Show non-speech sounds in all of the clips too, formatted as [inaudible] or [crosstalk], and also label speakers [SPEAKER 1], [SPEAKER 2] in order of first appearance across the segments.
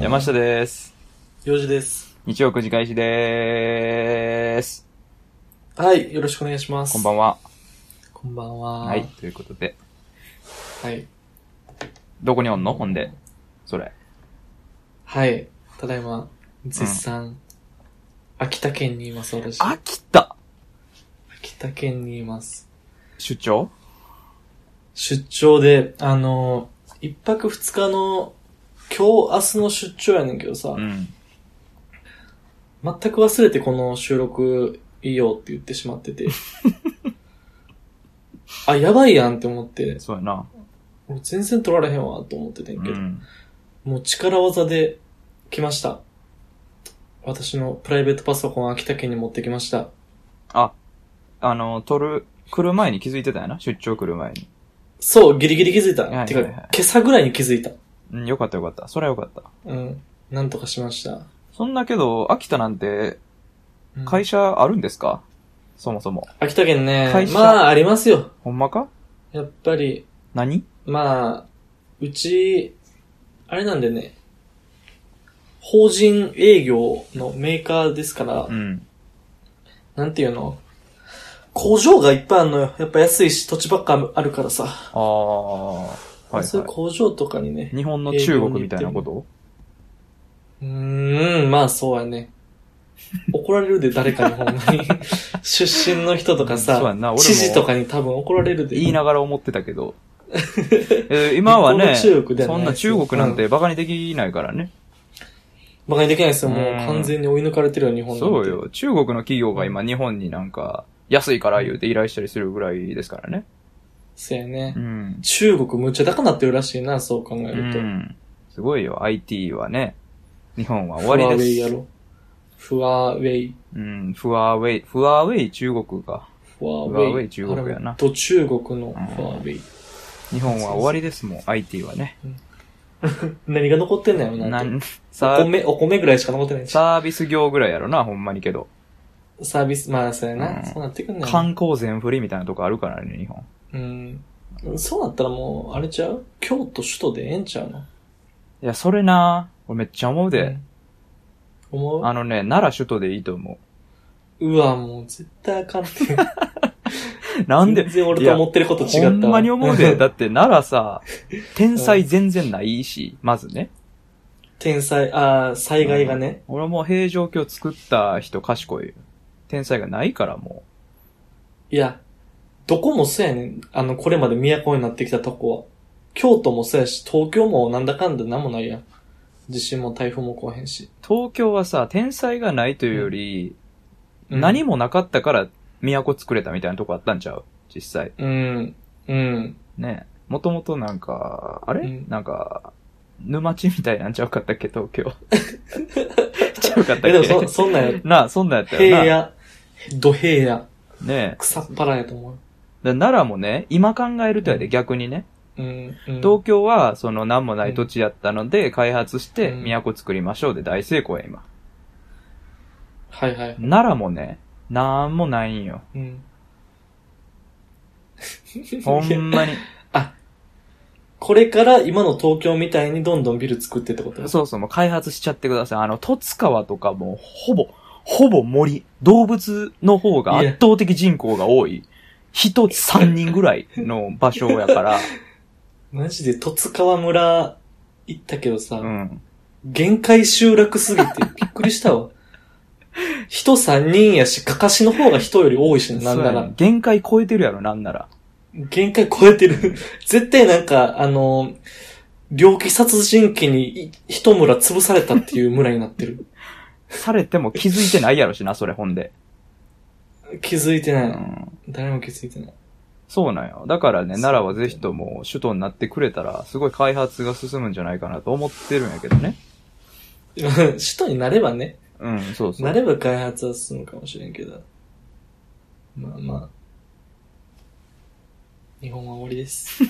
[SPEAKER 1] 山下です。
[SPEAKER 2] よじです。
[SPEAKER 1] 日曜9時開始でーす。
[SPEAKER 2] はい、よろしくお願いします。
[SPEAKER 1] こんばんは。
[SPEAKER 2] こんばんは。
[SPEAKER 1] はい、。ということで。
[SPEAKER 2] はい。
[SPEAKER 1] どこにおんのほんで。それ。
[SPEAKER 2] はい。ただいま、絶賛、秋田県にいます、私。
[SPEAKER 1] 秋田
[SPEAKER 2] 秋田県にいます。
[SPEAKER 1] 出張
[SPEAKER 2] 出張で、あの、一泊二日の、今日、明日の出張やねんけどさ、
[SPEAKER 1] うん。
[SPEAKER 2] 全く忘れてこの収録いいよって言ってしま
[SPEAKER 1] [laughs]
[SPEAKER 2] ってて。あ、やばいやんって思って、
[SPEAKER 1] そうやな。
[SPEAKER 2] もう全然取られへんわと思ってて
[SPEAKER 1] うん
[SPEAKER 2] けど、
[SPEAKER 1] ん。
[SPEAKER 2] もう力技で来ました。私のプライベートパソコン秋田県に持ってきました。
[SPEAKER 1] あ、あの、撮る、来る前に気づいてたやな。出張来る前に。
[SPEAKER 2] そう、ギリギリ気づいた。
[SPEAKER 1] はいはい
[SPEAKER 2] てか、
[SPEAKER 1] はい
[SPEAKER 2] 今朝ぐらいに気づいた。
[SPEAKER 1] うん、よかったよかった。それはよかった。
[SPEAKER 2] うん。なんとかしました。
[SPEAKER 1] そんなけど、秋田なんて、
[SPEAKER 2] うん
[SPEAKER 1] 会社あるんですか、そもそも。
[SPEAKER 2] 秋田県ね
[SPEAKER 1] 会、社
[SPEAKER 2] まあ、ありますよ。
[SPEAKER 1] ほんまか
[SPEAKER 2] やっぱり、
[SPEAKER 1] 何
[SPEAKER 2] まあ、うち、あれなんでね、法人営業のメーカーですから、
[SPEAKER 1] うん。
[SPEAKER 2] なんていうの工場がいっぱいあるのよ。やっぱ安いし、土地ばっかあるからさ。
[SPEAKER 1] あー。はい、はい。
[SPEAKER 2] そういう工場とかにね、
[SPEAKER 1] 日本の中国みたいなこと
[SPEAKER 2] うーん、まあそうやね。怒られるで、誰か
[SPEAKER 1] [laughs]
[SPEAKER 2] にほんまに。出身の人とか
[SPEAKER 1] そうやんな俺、
[SPEAKER 2] さ
[SPEAKER 1] も
[SPEAKER 2] 知事とかに多分怒られるで。
[SPEAKER 1] 言いながら思ってたけ
[SPEAKER 2] [laughs]
[SPEAKER 1] ど。えー今はね、
[SPEAKER 2] 日本の中国ではな
[SPEAKER 1] そ
[SPEAKER 2] い
[SPEAKER 1] んな中国なんて馬鹿にできないからね。
[SPEAKER 2] 馬鹿にできないですよ、もう
[SPEAKER 1] うん
[SPEAKER 2] 完全に追い抜かれてるよ、日本なん
[SPEAKER 1] そう
[SPEAKER 2] て。
[SPEAKER 1] よ。中国の企業が今日本になんか、安いから言うて依頼したりするぐらいですからね。
[SPEAKER 2] そうやね
[SPEAKER 1] う。ん。
[SPEAKER 2] 中国むっちゃ高なってるらしいな、そう考え
[SPEAKER 1] う
[SPEAKER 2] ると。
[SPEAKER 1] ん。すごいよ。IT はね、日本は終
[SPEAKER 2] フ
[SPEAKER 1] わ
[SPEAKER 2] ワー
[SPEAKER 1] り
[SPEAKER 2] ウェイ
[SPEAKER 1] で
[SPEAKER 2] や
[SPEAKER 1] す。
[SPEAKER 2] ろ。フワーウェイ。
[SPEAKER 1] うん。フワーウェイ、フワーウェイ中国か。
[SPEAKER 2] フワーウ
[SPEAKER 1] フワーウ
[SPEAKER 2] ェ
[SPEAKER 1] ェ
[SPEAKER 2] イ。
[SPEAKER 1] イ中国やな
[SPEAKER 2] と中国のフワーウェイ。
[SPEAKER 1] 日本は終わりですもん、IT はね。
[SPEAKER 2] 何が残ってんのよ
[SPEAKER 1] な
[SPEAKER 2] な。
[SPEAKER 1] ん、
[SPEAKER 2] お
[SPEAKER 1] サー
[SPEAKER 2] 米、お米ぐらいしか残ってないし。
[SPEAKER 1] サービス業ぐらいやろな、ほんまにけど。
[SPEAKER 2] サービス、まあそうや
[SPEAKER 1] う
[SPEAKER 2] な。
[SPEAKER 1] ん
[SPEAKER 2] そうなってくんね
[SPEAKER 1] 観光全振りみたいなとこあるからね、日本。
[SPEAKER 2] うん。そうなったらもう、あれちゃう京都首都でええんちゃうの
[SPEAKER 1] いや、それな、俺めっちゃ思うで。、
[SPEAKER 2] うん思う
[SPEAKER 1] あのね、奈良首都でいいと思
[SPEAKER 2] うわ、もう絶対あかんって。
[SPEAKER 1] う。 [laughs] なんで
[SPEAKER 2] 全、然俺
[SPEAKER 1] い
[SPEAKER 2] と
[SPEAKER 1] や
[SPEAKER 2] 思ってること違った
[SPEAKER 1] ほ
[SPEAKER 2] わ。
[SPEAKER 1] んまに思う
[SPEAKER 2] [laughs]
[SPEAKER 1] で。だ
[SPEAKER 2] ん
[SPEAKER 1] って奈良さ、天才全然ないし、まずね。
[SPEAKER 2] 天才、ああ、災害がね。
[SPEAKER 1] 俺もう平城京作った人賢いよ。天才がないからも
[SPEAKER 2] いや、どこもそうやねん。あの、これまで都になってきたとこは。京都もそうやし、東京もなんだかんだなんもないやん。地震も台風も来おへんし
[SPEAKER 1] う。。東京はさ、天才がないというより、
[SPEAKER 2] うん
[SPEAKER 1] 何もなかったから都作れたみたいなとこあったんちゃう実際。
[SPEAKER 2] うん。うん。
[SPEAKER 1] ね。もともとなんか、あれ、
[SPEAKER 2] うん
[SPEAKER 1] なんか、沼地みたいなんちゃうかったっけ、東
[SPEAKER 2] [laughs]
[SPEAKER 1] 京。ちゃうかったっけ
[SPEAKER 2] え、でもそ、そんなん
[SPEAKER 1] [laughs]
[SPEAKER 2] や。
[SPEAKER 1] なあ、そんなんやったよな。
[SPEAKER 2] 平野、土平野、
[SPEAKER 1] ねえ。
[SPEAKER 2] 草っ腹やと思う。
[SPEAKER 1] だ奈良もね、今考えるとやで、逆にね。
[SPEAKER 2] うんうん
[SPEAKER 1] 東京は、その何もない土地やったので、開発して、
[SPEAKER 2] うん
[SPEAKER 1] 都作りましょうで大成功や、今。
[SPEAKER 2] はいはい。
[SPEAKER 1] 奈良もね、なんもないんよ。
[SPEAKER 2] うん。
[SPEAKER 1] ほんまに。
[SPEAKER 2] あ、これから今の東京みたいにどんどんビル作ってってこと
[SPEAKER 1] そうそう、もう開発しちゃってください。あの、十津川とかも、ほぼ、ほぼ森。動物の方が圧倒的人口が多い。人3人ぐらいの場所や
[SPEAKER 2] [laughs]
[SPEAKER 1] から。
[SPEAKER 2] マジで十津川村行ったけどさ、
[SPEAKER 1] うん。
[SPEAKER 2] 限界集落すぎてびっくりし
[SPEAKER 1] [laughs]
[SPEAKER 2] たわ。人三人やし、かかしの方が人より多いしな、なんな
[SPEAKER 1] そうや
[SPEAKER 2] ら
[SPEAKER 1] ね。限界超えてるやろ、なんなら。
[SPEAKER 2] 限界超えてる。 [laughs] 絶対なんか、あの、猟奇殺人鬼にい一村潰されたっていう村になってる。
[SPEAKER 1] されても気づいてないやろしな、それ、ほんで。
[SPEAKER 2] 気づいて
[SPEAKER 1] う
[SPEAKER 2] ない。
[SPEAKER 1] ん。
[SPEAKER 2] 誰も気づいてない。
[SPEAKER 1] そうなんよ。だからね、
[SPEAKER 2] そう
[SPEAKER 1] 奈良はぜひとも首都になってくれたら、すごい開発が進むんじゃないかなと思ってるんやけどね。
[SPEAKER 2] [laughs] 首都になればね。
[SPEAKER 1] うん、そうそ
[SPEAKER 2] な
[SPEAKER 1] う。
[SPEAKER 2] れば開発は進むかもしれんけど。まあまあ。日本は終わ
[SPEAKER 1] [laughs]
[SPEAKER 2] りです。っ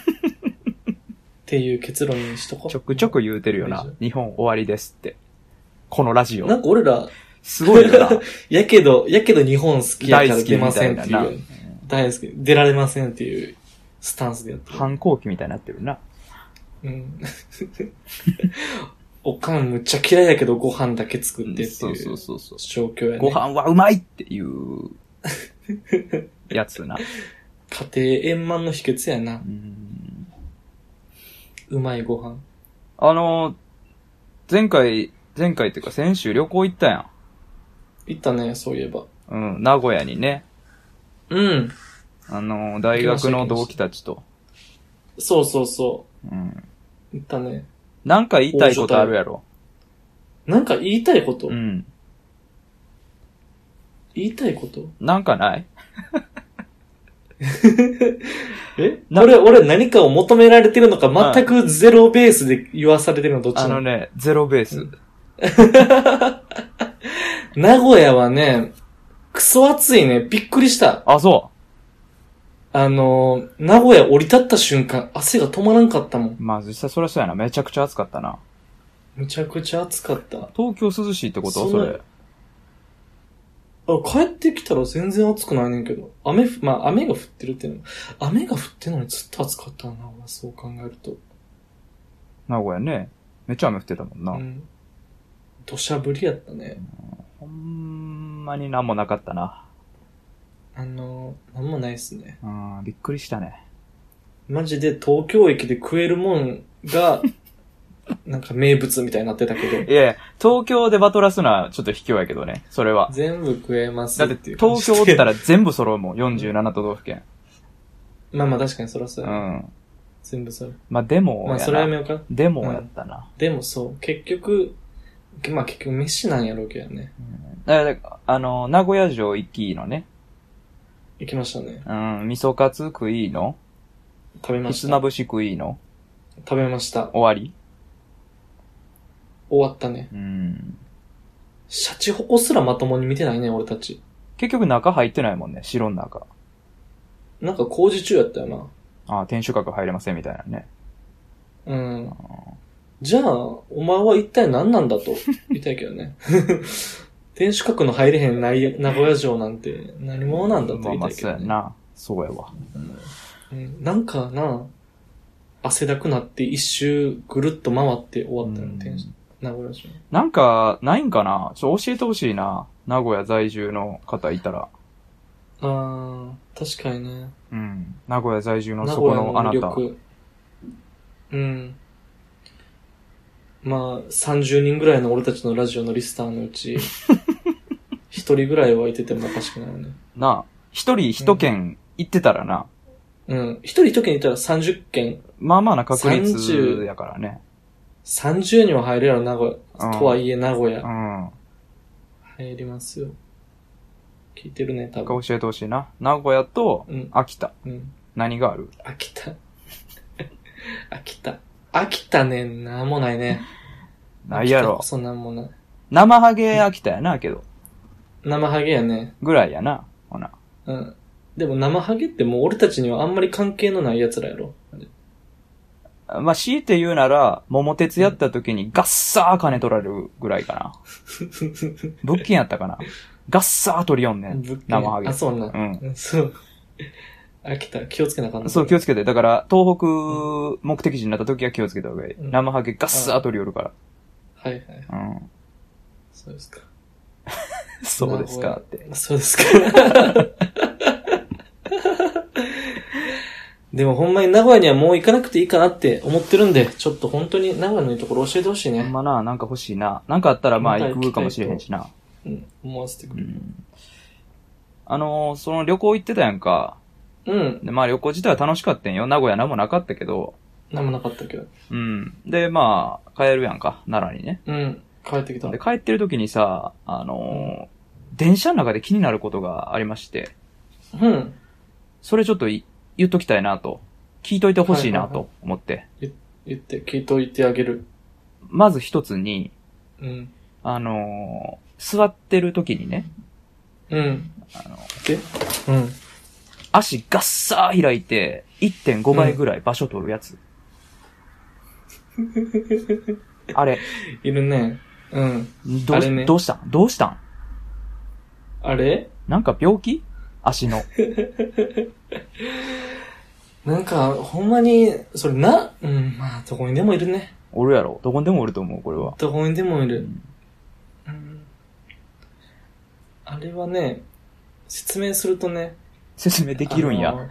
[SPEAKER 2] ていう結論にしとこう。
[SPEAKER 1] ちょくちょく言うてるよ
[SPEAKER 2] 大
[SPEAKER 1] な
[SPEAKER 2] 丈。
[SPEAKER 1] 日本終わりですって。このラジ
[SPEAKER 2] な
[SPEAKER 1] オ。
[SPEAKER 2] んか俺ら、
[SPEAKER 1] すごい
[SPEAKER 2] [laughs]
[SPEAKER 1] よな。
[SPEAKER 2] やけど、やけど日本好きやか
[SPEAKER 1] 大
[SPEAKER 2] ら
[SPEAKER 1] 好き
[SPEAKER 2] 出ま
[SPEAKER 1] みた
[SPEAKER 2] せ
[SPEAKER 1] い
[SPEAKER 2] んっ
[SPEAKER 1] な
[SPEAKER 2] て
[SPEAKER 1] な。
[SPEAKER 2] いう。大好き。出られませんっていうスタンスでやってる。
[SPEAKER 1] 反抗期みたいになってるな。
[SPEAKER 2] うん。 [laughs] おかんむっちゃ嫌いやけどご飯だけ作
[SPEAKER 1] う
[SPEAKER 2] っ
[SPEAKER 1] ん
[SPEAKER 2] てって
[SPEAKER 1] そう
[SPEAKER 2] い
[SPEAKER 1] そううそうそう。
[SPEAKER 2] 状況やね。
[SPEAKER 1] ご飯はうまいっていうやつ
[SPEAKER 2] [laughs]
[SPEAKER 1] な。
[SPEAKER 2] 家庭円満の秘訣やな
[SPEAKER 1] う。ん
[SPEAKER 2] うまいご飯。
[SPEAKER 1] あの、前回、前回っていうか先週旅行行ったや
[SPEAKER 2] 行ったね、そういえば。
[SPEAKER 1] ん。うん、名古屋にね。
[SPEAKER 2] うん。
[SPEAKER 1] あの、大学の同期たちと。
[SPEAKER 2] そうそうそ
[SPEAKER 1] うん。
[SPEAKER 2] う。行ったね。
[SPEAKER 1] なんか言いたいことあるやろ。
[SPEAKER 2] なんか言いたいこと、
[SPEAKER 1] うん。
[SPEAKER 2] 言いたいこと
[SPEAKER 1] なんかない
[SPEAKER 2] え
[SPEAKER 1] な
[SPEAKER 2] 俺、俺何かを求められてるのか全くゼロベースで言わされてるのどっち
[SPEAKER 1] あ
[SPEAKER 2] な
[SPEAKER 1] の
[SPEAKER 2] の
[SPEAKER 1] ね、ゼロベース。
[SPEAKER 2] うん名古屋はね、クソ暑いね。びっくりした。
[SPEAKER 1] あ、そ
[SPEAKER 2] あのー、名古屋降り立った瞬間、汗が止まらんかったもん。
[SPEAKER 1] う。まあ実際そりゃそうやな。めちゃくちゃ暑かったな。
[SPEAKER 2] むちゃくちゃ暑かった。
[SPEAKER 1] 東京涼しいってことそ
[SPEAKER 2] そんな
[SPEAKER 1] れ。
[SPEAKER 2] あ、帰ってきたら全然暑くないねんけど。雨ふ、まあ、雨が降ってるっていうの。雨が降ってんのにずっと暑かったな、俺そう考えると。
[SPEAKER 1] 名古屋ね。めっちゃ雨降ってたもんな。
[SPEAKER 2] うん。土砂降りやったね。
[SPEAKER 1] ほんまになんもなかったな。
[SPEAKER 2] あの、なんもないっすね。
[SPEAKER 1] うん、びっくりしたね。
[SPEAKER 2] マジで東京駅で食えるもん
[SPEAKER 1] [laughs]
[SPEAKER 2] が、なんか名物みたいになってたけど、
[SPEAKER 1] いやいや東京でバトらすのはちょっと卑怯やけどね。それは。
[SPEAKER 2] 全部食えます
[SPEAKER 1] だっ
[SPEAKER 2] って
[SPEAKER 1] て
[SPEAKER 2] いう感じ
[SPEAKER 1] 東
[SPEAKER 2] で。
[SPEAKER 1] 京おったら全部揃うもん。47都道府県。
[SPEAKER 2] [laughs] まあまあ確かにそらそう
[SPEAKER 1] う
[SPEAKER 2] やな、
[SPEAKER 1] ん。
[SPEAKER 2] 全部そう。
[SPEAKER 1] まあ、でもやな。
[SPEAKER 2] まあそれはやめようか。
[SPEAKER 1] でもやったな。
[SPEAKER 2] でもそう、結局、まあ結局飯なんやろうけどね。
[SPEAKER 1] だからあの、名古屋城行きのね。
[SPEAKER 2] 行きましたね。
[SPEAKER 1] うん、味噌カツ食いの
[SPEAKER 2] 食べま
[SPEAKER 1] ひ
[SPEAKER 2] し
[SPEAKER 1] つま
[SPEAKER 2] た。
[SPEAKER 1] ぶし食いの
[SPEAKER 2] 食べました。
[SPEAKER 1] 終わり
[SPEAKER 2] 終わったね。
[SPEAKER 1] うん。
[SPEAKER 2] シャチホコすらまともに見てないね、俺たち。
[SPEAKER 1] 結局中入ってないもんね。城の中。
[SPEAKER 2] なんか工事中やったよな。
[SPEAKER 1] ああ、天守閣入れませんみたいなね。
[SPEAKER 2] うん。じゃあ、お前は一体何な
[SPEAKER 1] [laughs]
[SPEAKER 2] んだと言いたいけどね。 [laughs] 天守閣の入れへんない名古屋城なんて何者なんだと
[SPEAKER 1] まあ
[SPEAKER 2] 言い
[SPEAKER 1] ま
[SPEAKER 2] た
[SPEAKER 1] あ、
[SPEAKER 2] いけ
[SPEAKER 1] そう
[SPEAKER 2] ど、
[SPEAKER 1] や
[SPEAKER 2] ね
[SPEAKER 1] な。そうやわ。
[SPEAKER 2] うんなんかな、汗だくなって一周ぐるっと回って終わったよ、
[SPEAKER 1] うん
[SPEAKER 2] 天守名古屋城。
[SPEAKER 1] なんか、ないんかなちょ、教えてほしいな。名古屋在住の方いたら。
[SPEAKER 2] あー、確かにね。
[SPEAKER 1] うん。名古屋在住の
[SPEAKER 2] 名
[SPEAKER 1] そ
[SPEAKER 2] 古
[SPEAKER 1] こ
[SPEAKER 2] 屋
[SPEAKER 1] のあ
[SPEAKER 2] の
[SPEAKER 1] な
[SPEAKER 2] 魅
[SPEAKER 1] た。
[SPEAKER 2] 力。うん。まあ、30人ぐらいの俺たちのラジオのリスターのう
[SPEAKER 1] [laughs]
[SPEAKER 2] ち、一人ぐらいはいててもおかしくないよね。
[SPEAKER 1] なあ、一人一軒行ってたらな。
[SPEAKER 2] うん。一人一軒いたら30件、
[SPEAKER 1] まあまあな確率
[SPEAKER 2] 30
[SPEAKER 1] やからね。
[SPEAKER 2] 30人は入れるやろ、名古
[SPEAKER 1] うん
[SPEAKER 2] 屋。とはいえ、名古
[SPEAKER 1] う
[SPEAKER 2] 屋。
[SPEAKER 1] ん。
[SPEAKER 2] 入りますよ。聞いてるね、多
[SPEAKER 1] が
[SPEAKER 2] 分。
[SPEAKER 1] 教えてほしいな。名古屋と
[SPEAKER 2] うん。
[SPEAKER 1] 秋田。
[SPEAKER 2] うん。
[SPEAKER 1] 何がある
[SPEAKER 2] 飽きた。 [laughs] 飽きた。飽きたね、なんもないね。
[SPEAKER 1] ないや
[SPEAKER 2] 秋田
[SPEAKER 1] ろ
[SPEAKER 2] こ。そなんもない。
[SPEAKER 1] 生ハゲ秋田やな、けど。
[SPEAKER 2] 生ハゲやね。
[SPEAKER 1] ぐらいやな。ほな。
[SPEAKER 2] うん。でも生ハゲってもう俺たちにはあんまり関係のない奴らや [laughs] ろ。
[SPEAKER 1] まあ、強いて言うなら、桃鉄やった時にガッサー金取られるぐらいかな。物件やったかな。ガッサー取りよんねん。生ハゲ
[SPEAKER 2] あ、。そうな。
[SPEAKER 1] う
[SPEAKER 2] [laughs] そう。飽きた。気をつけなあかん
[SPEAKER 1] ん。
[SPEAKER 2] な
[SPEAKER 1] そう、気をつけて。だから、東北目的地になった時は気をつけた方がいい。
[SPEAKER 2] うん
[SPEAKER 1] 生ハゲガッサー取りよるか
[SPEAKER 2] はいはい。
[SPEAKER 1] ら。
[SPEAKER 2] [laughs]
[SPEAKER 1] うん。
[SPEAKER 2] そうですか。
[SPEAKER 1] そうですかって。
[SPEAKER 2] そうです [laughs] か。でもほんまに名古屋にはもう行かなくていいかなって思ってるんで、ちょっと本当に名古屋のいいところ教えてほしい
[SPEAKER 1] ほん
[SPEAKER 2] ね。
[SPEAKER 1] まな、なんか欲しいな。なんかあったらまあ
[SPEAKER 2] また
[SPEAKER 1] 行
[SPEAKER 2] 行きたい
[SPEAKER 1] くかもしれへんしな。
[SPEAKER 2] うん。思わせてく
[SPEAKER 1] う
[SPEAKER 2] れる。
[SPEAKER 1] ん。あのーその旅行行ってたやんか。
[SPEAKER 2] うん。
[SPEAKER 1] で、まあ旅行自体は楽しかったんよ。名古屋なんもなかったけど。
[SPEAKER 2] なんもなかったけど。
[SPEAKER 1] うん。で、まあ、帰るやんか。奈良にね。
[SPEAKER 2] うん。帰ってきた
[SPEAKER 1] で、。帰ってる時にさ、あのー電車の中で気になることがありまして、
[SPEAKER 2] うん。
[SPEAKER 1] それちょっとい言っときたいなと。聞いといてほしいな
[SPEAKER 2] はいはいは
[SPEAKER 1] と思って。
[SPEAKER 2] 言って、聞いといてあげる。
[SPEAKER 1] まず一つに、
[SPEAKER 2] うん。
[SPEAKER 1] あのー座ってる時にね、
[SPEAKER 2] うん。
[SPEAKER 1] あの
[SPEAKER 2] で、うん。
[SPEAKER 1] 足ガッサー開いて、1.5倍ぐらい場所取るやつ。あれ、
[SPEAKER 2] いるね。うん。
[SPEAKER 1] ど
[SPEAKER 2] あ
[SPEAKER 1] う
[SPEAKER 2] れ
[SPEAKER 1] し、
[SPEAKER 2] ね
[SPEAKER 1] どうしたんどうしたん
[SPEAKER 2] あれ
[SPEAKER 1] なんか病気足の。
[SPEAKER 2] なんか、ほんまに、それな、うん、まあ、どこにでもいるね。
[SPEAKER 1] おるやろ。どこにでもおると思う、これは。
[SPEAKER 2] どこにでもいる。うんあれはね、説明するとね。
[SPEAKER 1] 説明できるん
[SPEAKER 2] あ
[SPEAKER 1] や。
[SPEAKER 2] の
[SPEAKER 1] よ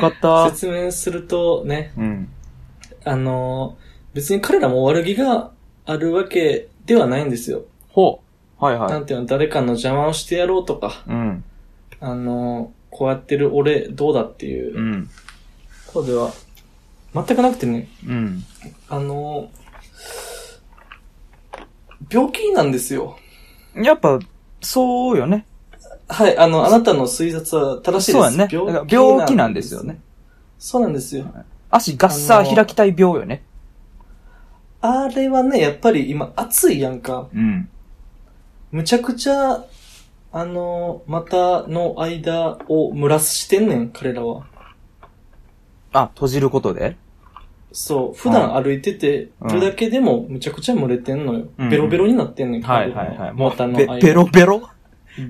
[SPEAKER 1] か [laughs] った。
[SPEAKER 2] 説明するとね、
[SPEAKER 1] うん。
[SPEAKER 2] あの、別に彼らも悪気があるわけではないんですよ。
[SPEAKER 1] ほう。はいは。
[SPEAKER 2] ないんていうの、誰かの邪魔をしてやろうとか、
[SPEAKER 1] うん。
[SPEAKER 2] あの、こうやってる俺どうだっていうう、
[SPEAKER 1] ん。
[SPEAKER 2] こうでは、全くなくてね、
[SPEAKER 1] うん。
[SPEAKER 2] あの、病気なんですよ。
[SPEAKER 1] やっぱ、そうよね。
[SPEAKER 2] はい、あの、あなたの推察は正しいです。
[SPEAKER 1] そうやね。だから病気なんですよね。。
[SPEAKER 2] そうなんですよ。
[SPEAKER 1] 足ガッサー開きたい病よね。
[SPEAKER 2] あれはね、やっぱり今暑いやんか。
[SPEAKER 1] うん。
[SPEAKER 2] むちゃくちゃ、あの、またの間を蒸らしてんねん、彼らは。
[SPEAKER 1] あ、閉じることで
[SPEAKER 2] そう、普段歩いてて、
[SPEAKER 1] うん
[SPEAKER 2] るだけでもむちゃくちゃ蒸れてんのよ。
[SPEAKER 1] うん
[SPEAKER 2] ベロベロになってんねん、
[SPEAKER 1] はい
[SPEAKER 2] 彼ら
[SPEAKER 1] はいはい。も
[SPEAKER 2] ま
[SPEAKER 1] う
[SPEAKER 2] たの
[SPEAKER 1] べ
[SPEAKER 2] 間。、
[SPEAKER 1] ベロベロ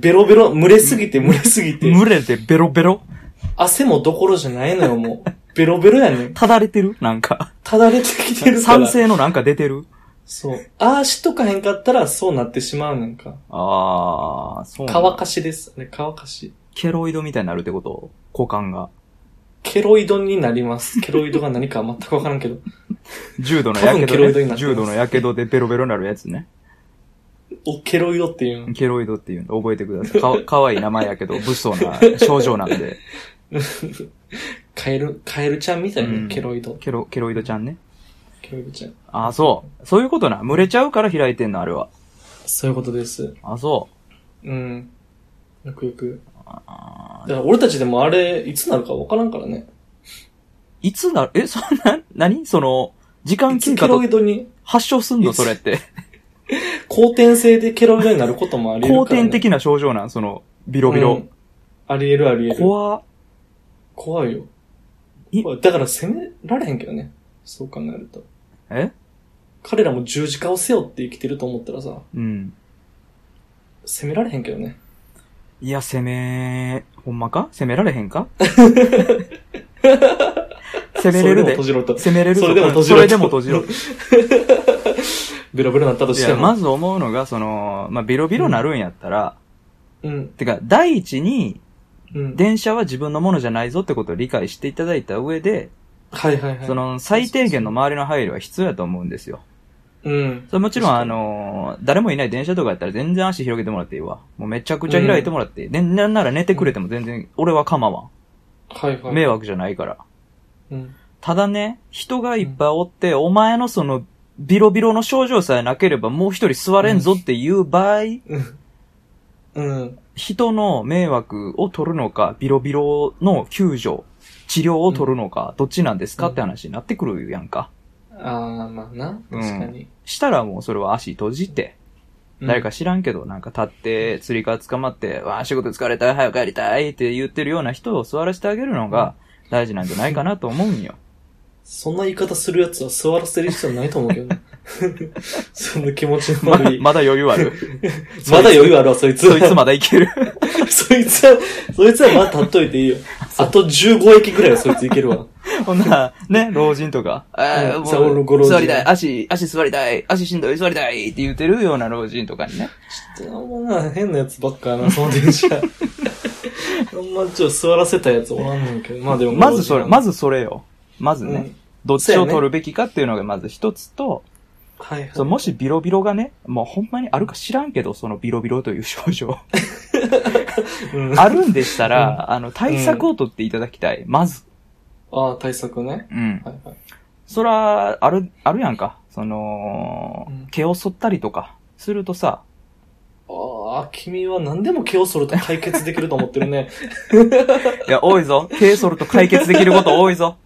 [SPEAKER 2] ベロベロ、蒸れすぎて蒸れすぎて。
[SPEAKER 1] 群れてベロベロ
[SPEAKER 2] 汗もどころじゃないのよ、もう。ベロベロやねん。
[SPEAKER 1] ただれてるなんか。
[SPEAKER 2] ただれてきてるから。
[SPEAKER 1] 酸性のなんか出てる
[SPEAKER 2] そう。ああしとかへんかったら、そうなってしまうなんか。
[SPEAKER 1] あー、そうなんだ。
[SPEAKER 2] 乾かしです。あれ、乾かし。
[SPEAKER 1] ケロイドみたいになるってこと股間が。
[SPEAKER 2] ケロイドになり [laughs] ます。ケロイドが何か全くわからんけど。
[SPEAKER 1] 重度のやけ
[SPEAKER 2] 多分ケロイド
[SPEAKER 1] ど、
[SPEAKER 2] に
[SPEAKER 1] ね、
[SPEAKER 2] なってます
[SPEAKER 1] 重度のやけどでベロベロになるやつね。
[SPEAKER 2] お、ケロイドっていうの。
[SPEAKER 1] ケロイドっていうの覚えてくだ
[SPEAKER 2] [laughs]
[SPEAKER 1] さい。かわかわいい名前やけど、物騒な症状なんで。
[SPEAKER 2] カエル、カエルちゃんみたいな、
[SPEAKER 1] うん
[SPEAKER 2] ケロイド。
[SPEAKER 1] ケロ、ケロイドちゃんね。
[SPEAKER 2] ケロイドちゃん。
[SPEAKER 1] あー、そう。そういうことな。群れちゃうから開いてんの、あれは。
[SPEAKER 2] そういうことです。
[SPEAKER 1] あー、そう。
[SPEAKER 2] うん。よくよく。だから俺たちでもあれ、いつなるかわからんからね。
[SPEAKER 1] いつな、え、そんな、何その、時間
[SPEAKER 2] いつ
[SPEAKER 1] 経
[SPEAKER 2] ケ
[SPEAKER 1] 過
[SPEAKER 2] ロ
[SPEAKER 1] と
[SPEAKER 2] イドに、
[SPEAKER 1] 発症すん
[SPEAKER 2] い
[SPEAKER 1] の
[SPEAKER 2] つ
[SPEAKER 1] それって。
[SPEAKER 2] 後天性でケロイドになることもありえる
[SPEAKER 1] 後
[SPEAKER 2] から、
[SPEAKER 1] 天
[SPEAKER 2] ね。
[SPEAKER 1] 的な症状なん、その、ビロビ
[SPEAKER 2] う
[SPEAKER 1] ロ。
[SPEAKER 2] んありえるありえる。
[SPEAKER 1] 怖っ
[SPEAKER 2] 怖いよ。
[SPEAKER 1] い
[SPEAKER 2] 怖いだから責められへんけどね。そう考えると。
[SPEAKER 1] え
[SPEAKER 2] 彼らも十字架を背負って生きてると思ったらさ、
[SPEAKER 1] うん。
[SPEAKER 2] 責められへんけどね。
[SPEAKER 1] いや、攻め、ほんまか攻められへん
[SPEAKER 2] [laughs]
[SPEAKER 1] か攻めれるで
[SPEAKER 2] そ。れでも閉じろと。
[SPEAKER 1] 攻めれるぞ
[SPEAKER 2] それでも [laughs] 閉じろ
[SPEAKER 1] それでも閉じろ。
[SPEAKER 2] ベロベロなったと
[SPEAKER 1] い
[SPEAKER 2] して
[SPEAKER 1] や、
[SPEAKER 2] も。
[SPEAKER 1] まず思うのが、その、まあ、ビロビロなるんやったら、
[SPEAKER 2] うん。
[SPEAKER 1] てか、第一に、
[SPEAKER 2] うん。
[SPEAKER 1] 電車は自分のものじゃないぞってことを理解していただいた上で、
[SPEAKER 2] はいはいはい。
[SPEAKER 1] そ、の、最低限の周りの配慮は必要やと思うんですよ。
[SPEAKER 2] うん。
[SPEAKER 1] それもちろん、
[SPEAKER 2] 確か
[SPEAKER 1] あ
[SPEAKER 2] に
[SPEAKER 1] のー、誰もいない電車とかやったら全然足広げてもらっていいわ。もうめちゃくちゃ開いてもらっていい。でなんなら寝てくれても全然、俺は構わ
[SPEAKER 2] はいはい。
[SPEAKER 1] ん。迷惑じゃないから。
[SPEAKER 2] うん。
[SPEAKER 1] ただね、人がいっぱいおって、お前のその、ビロビロの症状さえなければもう一人座れんぞっていう場合、
[SPEAKER 2] うん。うん。
[SPEAKER 1] 人の迷惑を取るのか、ビロビロの救助、治療を取るのか、どっちなんですかって話になってくるやんか。
[SPEAKER 2] ああ、まあな。
[SPEAKER 1] うん
[SPEAKER 2] 確かに。
[SPEAKER 1] したらもうそれは足閉じて、
[SPEAKER 2] うん
[SPEAKER 1] 誰か。知らんけど、なんか立って、釣り革捕まって、わあ、仕事疲れた、早く帰りたいって言ってるような人を座らせてあげるのが大事なんじゃないかなと思うんよ。 [laughs]
[SPEAKER 2] そんな言い方するやつは座らせる必要ないと思うけ
[SPEAKER 1] [laughs]
[SPEAKER 2] どね。そんな気持ち
[SPEAKER 1] ま
[SPEAKER 2] の悪い。
[SPEAKER 1] まだ余裕あ [laughs] る。
[SPEAKER 2] まだ余裕あるわ、そいつ。
[SPEAKER 1] そいつまだいける。 [laughs]
[SPEAKER 2] [laughs] そいつは、そいつはまだ立っといていいよ。あと15駅ぐらいはそいついけるわ。
[SPEAKER 1] ほんなら、ね、老人とか、ああ、
[SPEAKER 2] うんそう
[SPEAKER 1] も
[SPEAKER 2] 俺
[SPEAKER 1] う
[SPEAKER 2] ご老人
[SPEAKER 1] 座りたい、足、足座りたい、足しんどい、座りたいって言ってるような老人とかにね。
[SPEAKER 2] ちょっと、ほんまな、変なやつばっかやな、その電 [laughs] 車。ほんま、ちょっと座らせたやつおらんねんけど。まあでも、
[SPEAKER 1] まずそれ、ま
[SPEAKER 2] ず、
[SPEAKER 1] ずそれよ。まず
[SPEAKER 2] う
[SPEAKER 1] ね
[SPEAKER 2] ん、
[SPEAKER 1] どっちを取るべきかっていうのがまず一つと、
[SPEAKER 2] はいはい。
[SPEAKER 1] そうもしビロビロがね、もうほんまにあるか知らんけど、そのビロビロという症状。
[SPEAKER 2] うん、
[SPEAKER 1] あるんでしたら、あの、対策を取っていただきたい。まず。
[SPEAKER 2] ああ、対策ね。
[SPEAKER 1] うん。
[SPEAKER 2] はいはい。
[SPEAKER 1] そら、ある、あるやんか。その
[SPEAKER 2] うん、
[SPEAKER 1] 毛を剃ったりとか、するとさ、
[SPEAKER 2] ああ、君は何でも毛を剃ると解決できると思ってるね。 [laughs]
[SPEAKER 1] いや、多いぞ。毛剃ると解決できること多いぞ。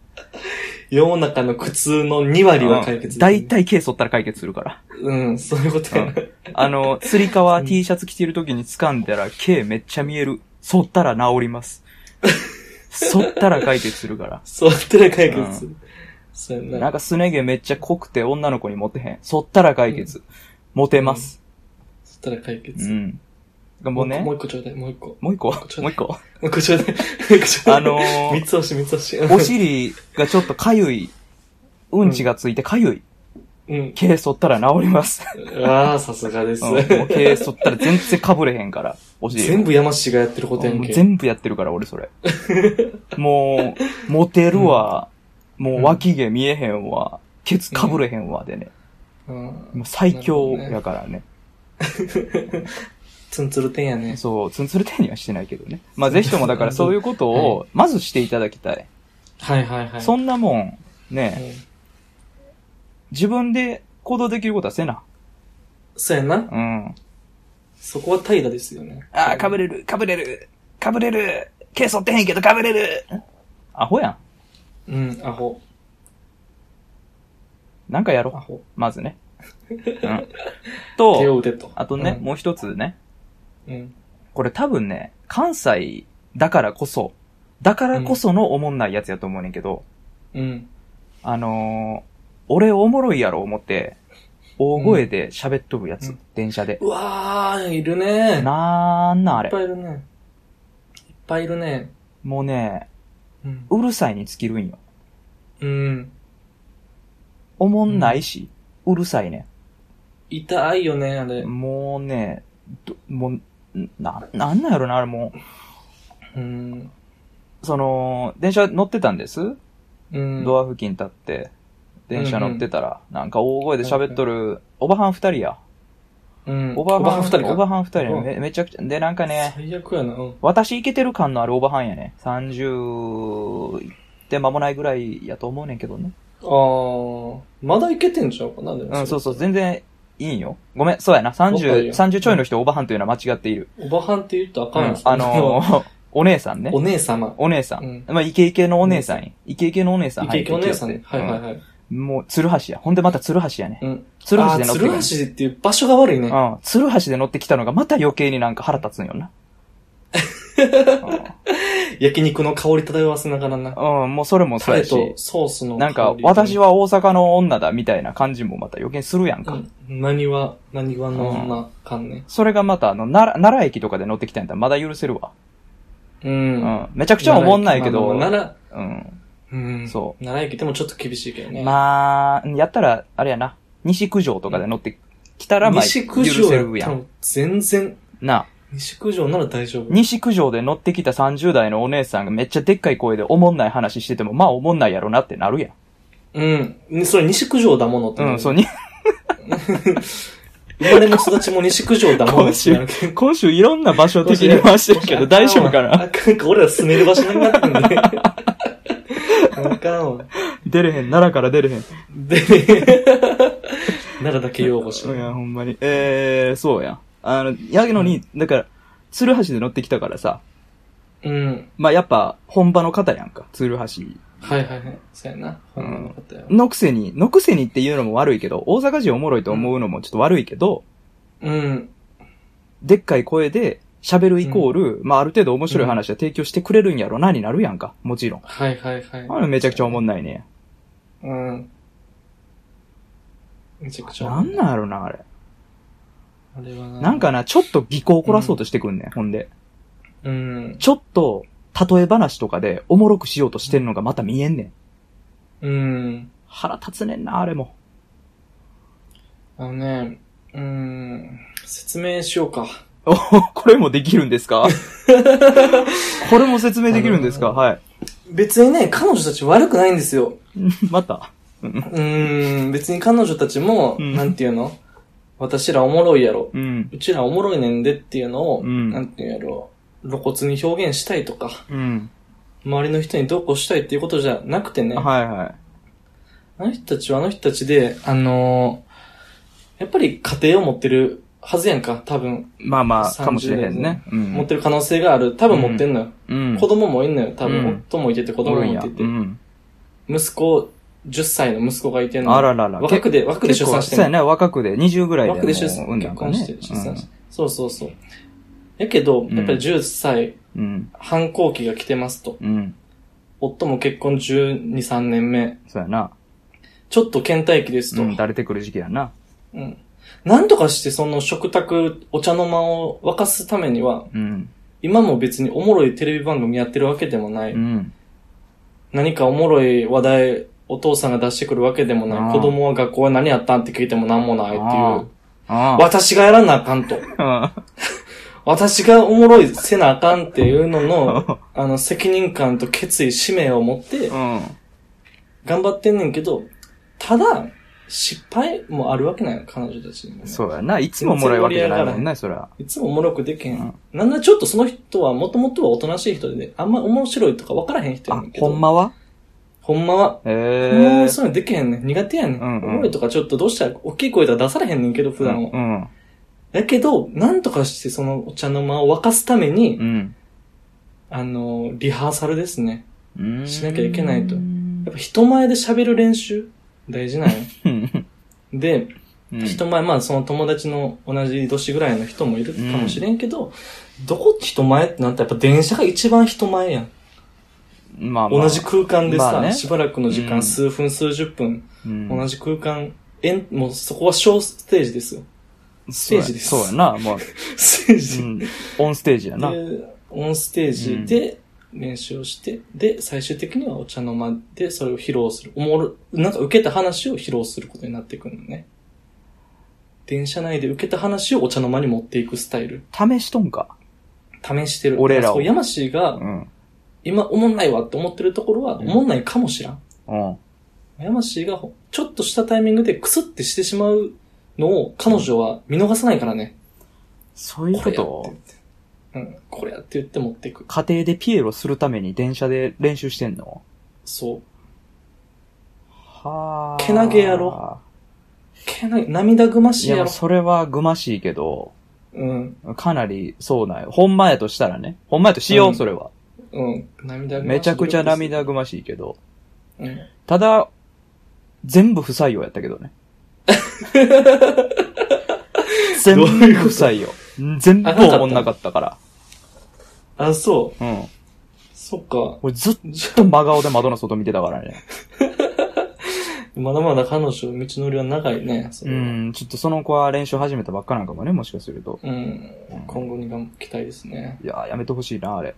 [SPEAKER 2] 世の中の苦痛の2割は解決できる。
[SPEAKER 1] 大。体毛剃ったら解決するから。
[SPEAKER 2] うん、そういうことやな。
[SPEAKER 1] あの、釣り革 T シャツ着てる時に掴んだら毛めっちゃ見える。剃ったら治ります。剃ったら解決するから。
[SPEAKER 2] そうやったら解決する。そうや
[SPEAKER 1] なん
[SPEAKER 2] な。
[SPEAKER 1] かすね毛めっちゃ濃くて女の子にモテへん。剃ったら解決。モテます。
[SPEAKER 2] そしたら解決。
[SPEAKER 1] うん。もうね
[SPEAKER 2] もう、一個ちょうだい、もう一個。も
[SPEAKER 1] もう一個
[SPEAKER 2] ちょ
[SPEAKER 1] もう一個
[SPEAKER 2] う一個 [laughs] ちょうだい。もう一個ちょうだい。
[SPEAKER 1] あのー
[SPEAKER 2] 三つ星、三つ星。
[SPEAKER 1] お尻がちょっとかゆいうんちがついてかゆい。
[SPEAKER 2] うん。
[SPEAKER 1] 毛剃ったら治ります。
[SPEAKER 2] ああ、さすがです。
[SPEAKER 1] うんもう毛剃ったら全然かぶれへんから、お尻。
[SPEAKER 2] 全部山氏がやってることやん
[SPEAKER 1] もう
[SPEAKER 2] け。
[SPEAKER 1] 全部やってるから、俺そ [laughs] れ。もう、モテるわ。もう脇毛見えへんわ。ケツかぶれへんわ。でね。
[SPEAKER 2] うん
[SPEAKER 1] もう最強やからね。
[SPEAKER 2] ツンツルテンやね。
[SPEAKER 1] そう、ツンツルテンにはしてないけどね。まあ、ぜひともだ [laughs] からそういうことを、まずしていただきたい。
[SPEAKER 2] はいはいはい。
[SPEAKER 1] そんなもん、
[SPEAKER 2] う
[SPEAKER 1] ね、
[SPEAKER 2] ん
[SPEAKER 1] 自分で行動できることはせな。
[SPEAKER 2] そうやな。
[SPEAKER 1] うん。
[SPEAKER 2] そこは怠惰ですよね。
[SPEAKER 1] ああ、かぶ
[SPEAKER 2] れ。
[SPEAKER 1] れる、かぶれる、かぶれる、毛剃ってへんけどかぶれる。アホや
[SPEAKER 2] うん、アホ。
[SPEAKER 1] ん。なんかやろ
[SPEAKER 2] ア
[SPEAKER 1] う。
[SPEAKER 2] ホ。
[SPEAKER 1] まずね。うん。 [laughs]
[SPEAKER 2] 手を
[SPEAKER 1] と、
[SPEAKER 2] 打てと。
[SPEAKER 1] あとね、もう一つね。
[SPEAKER 2] うん。うん。
[SPEAKER 1] これ多分ね、関西だからこそ、だからこそのおもんないやつやと思うねんけど、
[SPEAKER 2] うん。
[SPEAKER 1] あのー、俺おもろいやろ思って、大声で喋っとるやつ、
[SPEAKER 2] うん
[SPEAKER 1] 電車で。
[SPEAKER 2] うわー、いるね。
[SPEAKER 1] なーんなんあ
[SPEAKER 2] い
[SPEAKER 1] れ。
[SPEAKER 2] っぱいいるね。いっぱいいるね。
[SPEAKER 1] もうね、
[SPEAKER 2] うん。
[SPEAKER 1] うるさいに尽きるんよ。
[SPEAKER 2] うん。
[SPEAKER 1] おもんないし、うるさいね。
[SPEAKER 2] 痛いよね、あれ。
[SPEAKER 1] もうね、どもう、んな、なんなんやろな、あれも
[SPEAKER 2] うん。
[SPEAKER 1] う。その、電車乗ってたんです
[SPEAKER 2] うん。
[SPEAKER 1] ドア付近立って、電車乗ってたら、なんか大声で喋っとる、おばはん二人や。
[SPEAKER 2] うん。
[SPEAKER 1] おばはん
[SPEAKER 2] 二人か。
[SPEAKER 1] おばはん二人
[SPEAKER 2] うん
[SPEAKER 1] めめちゃくちゃ、で、なんかね、
[SPEAKER 2] 最悪やな。うん。
[SPEAKER 1] 私イケてる感のあるおばはんやね。30いって間もないぐらいやと思うねんけどね。
[SPEAKER 2] あー、まだいけてんちゃうかな、でも。
[SPEAKER 1] うん、そうそう、全然いいんよ。ごめん、そうやな。30、
[SPEAKER 2] 若いよ
[SPEAKER 1] 30ちょいの人おばはんというのは間違っている。
[SPEAKER 2] おばはんって言うとあ
[SPEAKER 1] う
[SPEAKER 2] かんや
[SPEAKER 1] ん
[SPEAKER 2] つ、
[SPEAKER 1] あのー、お姉さんね
[SPEAKER 2] お。姉様。
[SPEAKER 1] お姉さん。
[SPEAKER 2] う
[SPEAKER 1] まあ、イケイケのお姉さんやイケイケのお姉さん。
[SPEAKER 2] イケイケお姉さん
[SPEAKER 1] 入っ。
[SPEAKER 2] ね
[SPEAKER 1] てき
[SPEAKER 2] は
[SPEAKER 1] よ
[SPEAKER 2] い
[SPEAKER 1] って
[SPEAKER 2] はいはい。
[SPEAKER 1] うんもう、鶴橋や。ほんでまた鶴橋やね。
[SPEAKER 2] うん。
[SPEAKER 1] 鶴橋
[SPEAKER 2] あ
[SPEAKER 1] で乗
[SPEAKER 2] ー
[SPEAKER 1] って
[SPEAKER 2] 鶴
[SPEAKER 1] くる。
[SPEAKER 2] 橋っていう場所が悪いね。
[SPEAKER 1] うん。鶴橋で乗ってきたのがまた余計になんか腹立つんよ
[SPEAKER 2] [laughs]
[SPEAKER 1] な。うん
[SPEAKER 2] 焼肉の香り漂わせながらな。
[SPEAKER 1] うん、もうそれもそ
[SPEAKER 2] タ
[SPEAKER 1] う
[SPEAKER 2] レ
[SPEAKER 1] やし。
[SPEAKER 2] とソースの香り。
[SPEAKER 1] なんか、私は大阪の女だみたいな感じもまた余計するやん
[SPEAKER 2] う
[SPEAKER 1] か。
[SPEAKER 2] ん。何は、何はの女感ね。
[SPEAKER 1] それがまた、あの、奈良奈良駅とかで乗ってきたんやったらまだ許せるわ。
[SPEAKER 2] う。
[SPEAKER 1] うんん。めちゃくちゃおもんないけど、
[SPEAKER 2] まあまあまあ奈
[SPEAKER 1] うん。
[SPEAKER 2] 良、うん。
[SPEAKER 1] そ
[SPEAKER 2] 奈良駅でもちょっと厳しいけどね。
[SPEAKER 1] まあ、やったら、あれやな、西九条とかで乗ってきたら、まあ、
[SPEAKER 2] 西
[SPEAKER 1] 許
[SPEAKER 2] 九条
[SPEAKER 1] せ
[SPEAKER 2] や
[SPEAKER 1] る
[SPEAKER 2] っ
[SPEAKER 1] や
[SPEAKER 2] た
[SPEAKER 1] ん。
[SPEAKER 2] ら全然、
[SPEAKER 1] なあ
[SPEAKER 2] 西九条なら大丈夫。
[SPEAKER 1] 西九条で乗ってきた30代のお姉さんがめっちゃでっかい声でおもんない話してても、まあおもんないやろなってなるやん。
[SPEAKER 2] うん。それ西九条だものってなる。
[SPEAKER 1] うん、そう、に、
[SPEAKER 2] 生まれも育ちも西九条だものってな
[SPEAKER 1] [laughs]
[SPEAKER 2] るけど。
[SPEAKER 1] 今週いろんな場所的に回してる
[SPEAKER 2] [laughs]
[SPEAKER 1] けど、大丈夫かな [laughs]
[SPEAKER 2] あかんか、俺ら住める場所になってんで。あかんわ。
[SPEAKER 1] 出れへん、奈良から出れへん。
[SPEAKER 2] で、 [laughs] 奈良だけ擁護し
[SPEAKER 1] いや、ほんまに。えー、そうやん。あの、やけのに、だから、鶴橋で乗ってきたからさ、
[SPEAKER 2] うん。
[SPEAKER 1] まあ、やっぱ、本場の方やんか、鶴橋。
[SPEAKER 2] はいはいはい。そうやな。ほんまよかったよ。
[SPEAKER 1] のくせに、のくせにっていうのも悪いけど、大阪人おもろいと思うのもちょっと悪いけど、
[SPEAKER 2] うん。
[SPEAKER 1] でっかい声で喋るイコール、まあ、ある程度面白い話は提供してくれるんやろな、になるやんか、もちろん。
[SPEAKER 2] はいはいはい。
[SPEAKER 1] あれめちゃくちゃおもんないね。
[SPEAKER 2] うん。めちゃくちゃ。
[SPEAKER 1] なんなんやろな、あれ。
[SPEAKER 2] あれはな。
[SPEAKER 1] なん、かな、ちょっと技巧を凝らそうとしてくんねん、ほんで。
[SPEAKER 2] うん。
[SPEAKER 1] ちょっと、例え話とかでおもろくしようとしてんのがまた見えんねん。
[SPEAKER 2] うん。
[SPEAKER 1] 腹立つねんな、あれも。
[SPEAKER 2] あのね、うん。説明しようか。
[SPEAKER 1] お [laughs] これもできるんです
[SPEAKER 2] [laughs]
[SPEAKER 1] かこれも説明できるんですかはい。
[SPEAKER 2] 別にね、彼女たち悪くないんですよ。
[SPEAKER 1] また。
[SPEAKER 2] うーん、別に彼女たちも、
[SPEAKER 1] うん
[SPEAKER 2] なんていうの私らおもろいやろ。
[SPEAKER 1] うん。
[SPEAKER 2] うちらおもろいねんでっていうのを、
[SPEAKER 1] うん
[SPEAKER 2] なんていうんやろ。露骨に表現したいとか、
[SPEAKER 1] うん。
[SPEAKER 2] 周りの人にどうこうしたいっていうことじゃなくてね、
[SPEAKER 1] はいはい。
[SPEAKER 2] あの人たちはあの人たちで、あのーやっぱり家庭を持ってるはずやんか、多分。
[SPEAKER 1] まあまあ、
[SPEAKER 2] 30
[SPEAKER 1] かもしれへんね。う
[SPEAKER 2] 持っ
[SPEAKER 1] ん。
[SPEAKER 2] てる可能性がある。多分持ってんのよ。
[SPEAKER 1] うん。
[SPEAKER 2] 子供もいんのよ、多分。
[SPEAKER 1] うん
[SPEAKER 2] 夫もいてて子
[SPEAKER 1] お
[SPEAKER 2] 供
[SPEAKER 1] る
[SPEAKER 2] も
[SPEAKER 1] ん
[SPEAKER 2] い
[SPEAKER 1] や。
[SPEAKER 2] てて。
[SPEAKER 1] うん。
[SPEAKER 2] 息子、10歳の息子がいてんのよ。
[SPEAKER 1] あららら。
[SPEAKER 2] 若くで、若くで出産してん
[SPEAKER 1] る。
[SPEAKER 2] の
[SPEAKER 1] そうや。ね、若くで、20ぐらいでもう。
[SPEAKER 2] 枠で出産
[SPEAKER 1] うん
[SPEAKER 2] 結婚して、出産し。
[SPEAKER 1] して
[SPEAKER 2] そうそうそう。やけど、
[SPEAKER 1] ん
[SPEAKER 2] やっぱり10歳、
[SPEAKER 1] うん。
[SPEAKER 2] 反抗期が来てますと。
[SPEAKER 1] うん。
[SPEAKER 2] 夫も結婚12、3年目。
[SPEAKER 1] そうやな。
[SPEAKER 2] ちょっと倦怠期です
[SPEAKER 1] う
[SPEAKER 2] と。
[SPEAKER 1] ん、慣れてくる時期やな。
[SPEAKER 2] うん。なんとかしてその食卓、お茶の間を沸かすためには、
[SPEAKER 1] うん。
[SPEAKER 2] 今も別におもろいテレビ番組やってるわけでもない。
[SPEAKER 1] うん。
[SPEAKER 2] 何かおもろい話題お父さんが出してくるわけでも
[SPEAKER 1] あ
[SPEAKER 2] な
[SPEAKER 1] あ
[SPEAKER 2] い。子供は学校は何やったんって聞いても何もないって
[SPEAKER 1] あ
[SPEAKER 2] いう。
[SPEAKER 1] あ
[SPEAKER 2] 私がやらなあかんと。
[SPEAKER 1] あ。
[SPEAKER 2] 私がおもろいせなあかんっていうのの、あの、責任感と決意、使命を持って
[SPEAKER 1] う、ん。
[SPEAKER 2] 頑張ってんねんけど、ただ、失敗もあるわけないの、彼女たちにもね、
[SPEAKER 1] そうやな。いつもおもろいわけじゃないもんな、そら。
[SPEAKER 2] いつもおもろくできへん。
[SPEAKER 1] うん
[SPEAKER 2] なんならちょっとその人はもともとはおとなしい人で、ね、あんま面白いとか分からへん人や
[SPEAKER 1] あ
[SPEAKER 2] ねん、けど。
[SPEAKER 1] ほん。まは
[SPEAKER 2] ほんまは。も
[SPEAKER 1] ええ
[SPEAKER 2] う。そういうのできへんねん。苦手やねん。
[SPEAKER 1] うんうん
[SPEAKER 2] おもろいとかちょっとどうしたら大きい声とか出されへんねんけど、普段は。
[SPEAKER 1] うん。
[SPEAKER 2] やけど、なんとかしてそのお茶の間を沸かすために、
[SPEAKER 1] うん。
[SPEAKER 2] あの、リハーサルですね。
[SPEAKER 1] うん。
[SPEAKER 2] しなきゃいけないと
[SPEAKER 1] うん
[SPEAKER 2] やっぱ人前で喋る練習大事なんよ。で、
[SPEAKER 1] うん
[SPEAKER 2] 人前、まあその友達の同じ年ぐらいの人もいるかもしれんけど、どこ人前ってなったらやっぱ電車が一番人前やん。
[SPEAKER 1] まあまあ
[SPEAKER 2] 同じ空間でさ、
[SPEAKER 1] まあね
[SPEAKER 2] しばらくの時間、
[SPEAKER 1] うん
[SPEAKER 2] 数分、数十分、
[SPEAKER 1] うん
[SPEAKER 2] 同じ空間、えん、もうそこは小ステージですよ。ステージです
[SPEAKER 1] そうやそうやな。もう、
[SPEAKER 2] ステー
[SPEAKER 1] う
[SPEAKER 2] ジで。
[SPEAKER 1] ん。オンステージやな。
[SPEAKER 2] でオンステージで練習をして、で、最終的にはお茶の間でそれを披露する。おもろ、なんか受けた話を披露することになってくるのね。電車内で受けた話をお茶の間に持っていくスタイル。
[SPEAKER 1] 試しとんか。
[SPEAKER 2] 試してる。
[SPEAKER 1] 俺らを
[SPEAKER 2] そう山氏が、
[SPEAKER 1] うん。
[SPEAKER 2] 今、おもんないわって思ってるところは、
[SPEAKER 1] うん
[SPEAKER 2] おもんないかもしらん。
[SPEAKER 1] うん。
[SPEAKER 2] 山氏が、ちょっとしたタイミングでクスってしてしまうのを、彼女は見逃さないからね。
[SPEAKER 1] そういう
[SPEAKER 2] こ
[SPEAKER 1] こ
[SPEAKER 2] れやって
[SPEAKER 1] と
[SPEAKER 2] 言って。うん、これやって言って持っていく。
[SPEAKER 1] 家庭でピエロするために電車で練習してんの
[SPEAKER 2] そう。
[SPEAKER 1] はあ。
[SPEAKER 2] けなげやろ。けな涙ぐま
[SPEAKER 1] い
[SPEAKER 2] しいや
[SPEAKER 1] や、
[SPEAKER 2] ろ。
[SPEAKER 1] それはぐましいけど、
[SPEAKER 2] うん、
[SPEAKER 1] かなりそうなんよ。ほんまやとしたらね。ほんまやとしよう、
[SPEAKER 2] うん
[SPEAKER 1] それは。
[SPEAKER 2] うん、涙ぐましい。
[SPEAKER 1] めちゃくちゃ涙ぐましいけど。
[SPEAKER 2] うん。
[SPEAKER 1] ただ、全部不採用やったけど
[SPEAKER 2] [laughs]
[SPEAKER 1] ね。全部
[SPEAKER 2] どういうこと
[SPEAKER 1] 不採用。全部おもんなかったから。
[SPEAKER 2] あ、そう。
[SPEAKER 1] うん。
[SPEAKER 2] そっか。
[SPEAKER 1] 俺ずっと真顔で窓の外見てたからね。
[SPEAKER 2] まだまだ彼女、道のりは長いね。 [laughs] そうれは。
[SPEAKER 1] ん。ちょっとその子は練習始めたばっかなんかもね、もしかすると。
[SPEAKER 2] うん。今後に頑張りたいですね。
[SPEAKER 1] いやー、やめてほしいな、
[SPEAKER 2] [laughs]
[SPEAKER 1] あれ。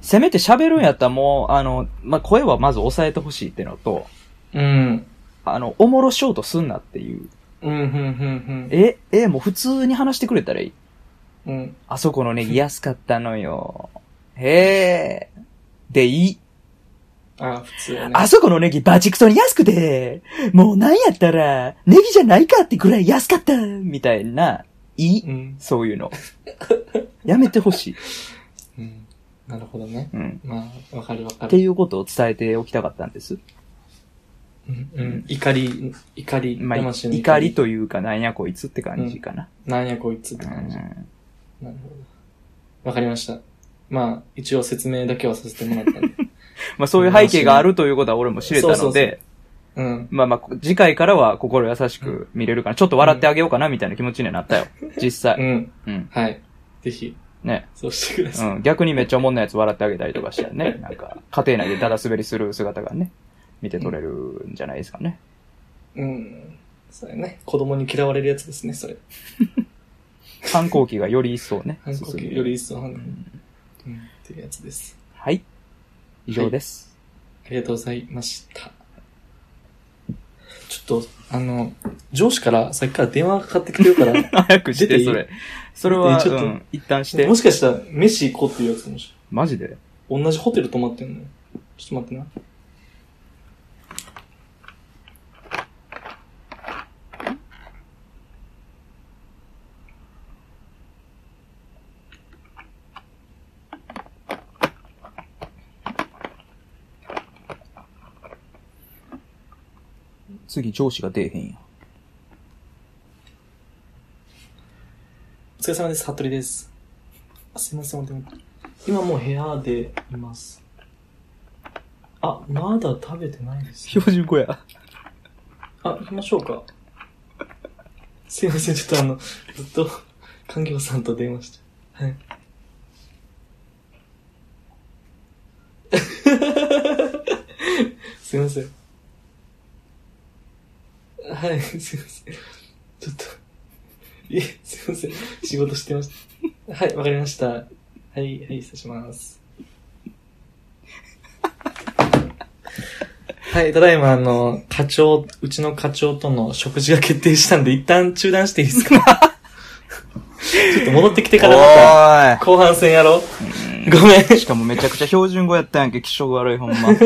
[SPEAKER 1] せめて喋るんやったらもう、あの、まあ、声はまず抑えてほしいってのと、
[SPEAKER 2] うん。
[SPEAKER 1] あの、おもろしようとすんなっていう。
[SPEAKER 2] うん、うん、うん、
[SPEAKER 1] え、え、もう普通に話してくれたらいい。
[SPEAKER 2] うん。うん。
[SPEAKER 1] あそこのネギ安かったのよ。へえ。でいい。
[SPEAKER 2] あ、普通やね。
[SPEAKER 1] あそこのネギバチクソに安くて、もうなんやったら、ネギじゃないかってくらい安かったみたいな、いい。
[SPEAKER 2] うん。
[SPEAKER 1] そういうの。やめてほしい。
[SPEAKER 2] うん。なるほどね。
[SPEAKER 1] うん。
[SPEAKER 2] まあ、わかるわか
[SPEAKER 1] って
[SPEAKER 2] る。
[SPEAKER 1] いうことを伝えておきたかったんです。
[SPEAKER 2] うん、うん。怒り、怒り、
[SPEAKER 1] まあ、い
[SPEAKER 2] 魂の
[SPEAKER 1] 怒り。というか、なんやこいつって感じかな。
[SPEAKER 2] なんやこいつって
[SPEAKER 1] う
[SPEAKER 2] 感じ。
[SPEAKER 1] ん
[SPEAKER 2] なるほど。わかりました。まあ、一応説明だけはさせてもらった
[SPEAKER 1] [laughs]
[SPEAKER 2] んで。
[SPEAKER 1] まあ、そういう背景があるということは俺も知れたので、
[SPEAKER 2] そうそうそううん。
[SPEAKER 1] まあまあ、次回からは心優しく見れるかな。ちょっと笑ってあげようかな、みたいな気持ちにはな
[SPEAKER 2] [laughs]
[SPEAKER 1] ったよ。実
[SPEAKER 2] う
[SPEAKER 1] 際。
[SPEAKER 2] ん。
[SPEAKER 1] うん。
[SPEAKER 2] はい。ぜひ、
[SPEAKER 1] ね。
[SPEAKER 2] そうしてくだ
[SPEAKER 1] う
[SPEAKER 2] さい。
[SPEAKER 1] ん。逆にめっちゃおもんなやつ笑ってあげたりとかしたらね。なんか、家庭内でダダ滑りする姿がね、見て取れるんじゃないですかね。
[SPEAKER 2] うん。そうやね。子供に嫌われるやつですね、それ。
[SPEAKER 1] 反抗期がより一層ね、
[SPEAKER 2] 反抗
[SPEAKER 1] 進
[SPEAKER 2] 期
[SPEAKER 1] む
[SPEAKER 2] より一層反抗。うん。っていうやつです。
[SPEAKER 1] はい。以上です。
[SPEAKER 2] ありがとうございました。ちょっと、あの、上司から、さっきから電話がかかってきてるから、
[SPEAKER 1] 早くして、
[SPEAKER 2] 出ていい
[SPEAKER 1] それ。それは、
[SPEAKER 2] ちょっ
[SPEAKER 1] う
[SPEAKER 2] と
[SPEAKER 1] ん。一旦して
[SPEAKER 2] も。しかしたら、飯行こうっていうやつかもし
[SPEAKER 1] マジで
[SPEAKER 2] れん同じホテル泊まってんのよちょっと待ってな。
[SPEAKER 1] 次上司が出えへんや。
[SPEAKER 2] お疲れ様です、服部です。あすいません、本当に。今もう部屋でいます。あ、まだ食べてないです、ね。
[SPEAKER 1] 標準語や。
[SPEAKER 2] あ、行きましょうか。すいません、ちょっとあの、ずっと、環境さんと電話して。はい。 [laughs] すいません。はい、すいません。ちょっと、いえ、すいません。仕事してました。はい、わかりました。はい、はい、失礼します。はい、ただいま、あの、課長、うちの課長との食事が決定したんで、一旦中断していいですかちょっと戻ってきてからま
[SPEAKER 1] お
[SPEAKER 2] た、後半戦やろう。ごめん。
[SPEAKER 1] い。しかもめちゃくちゃ標準語やったやんけ、気性悪いほんま。 [laughs]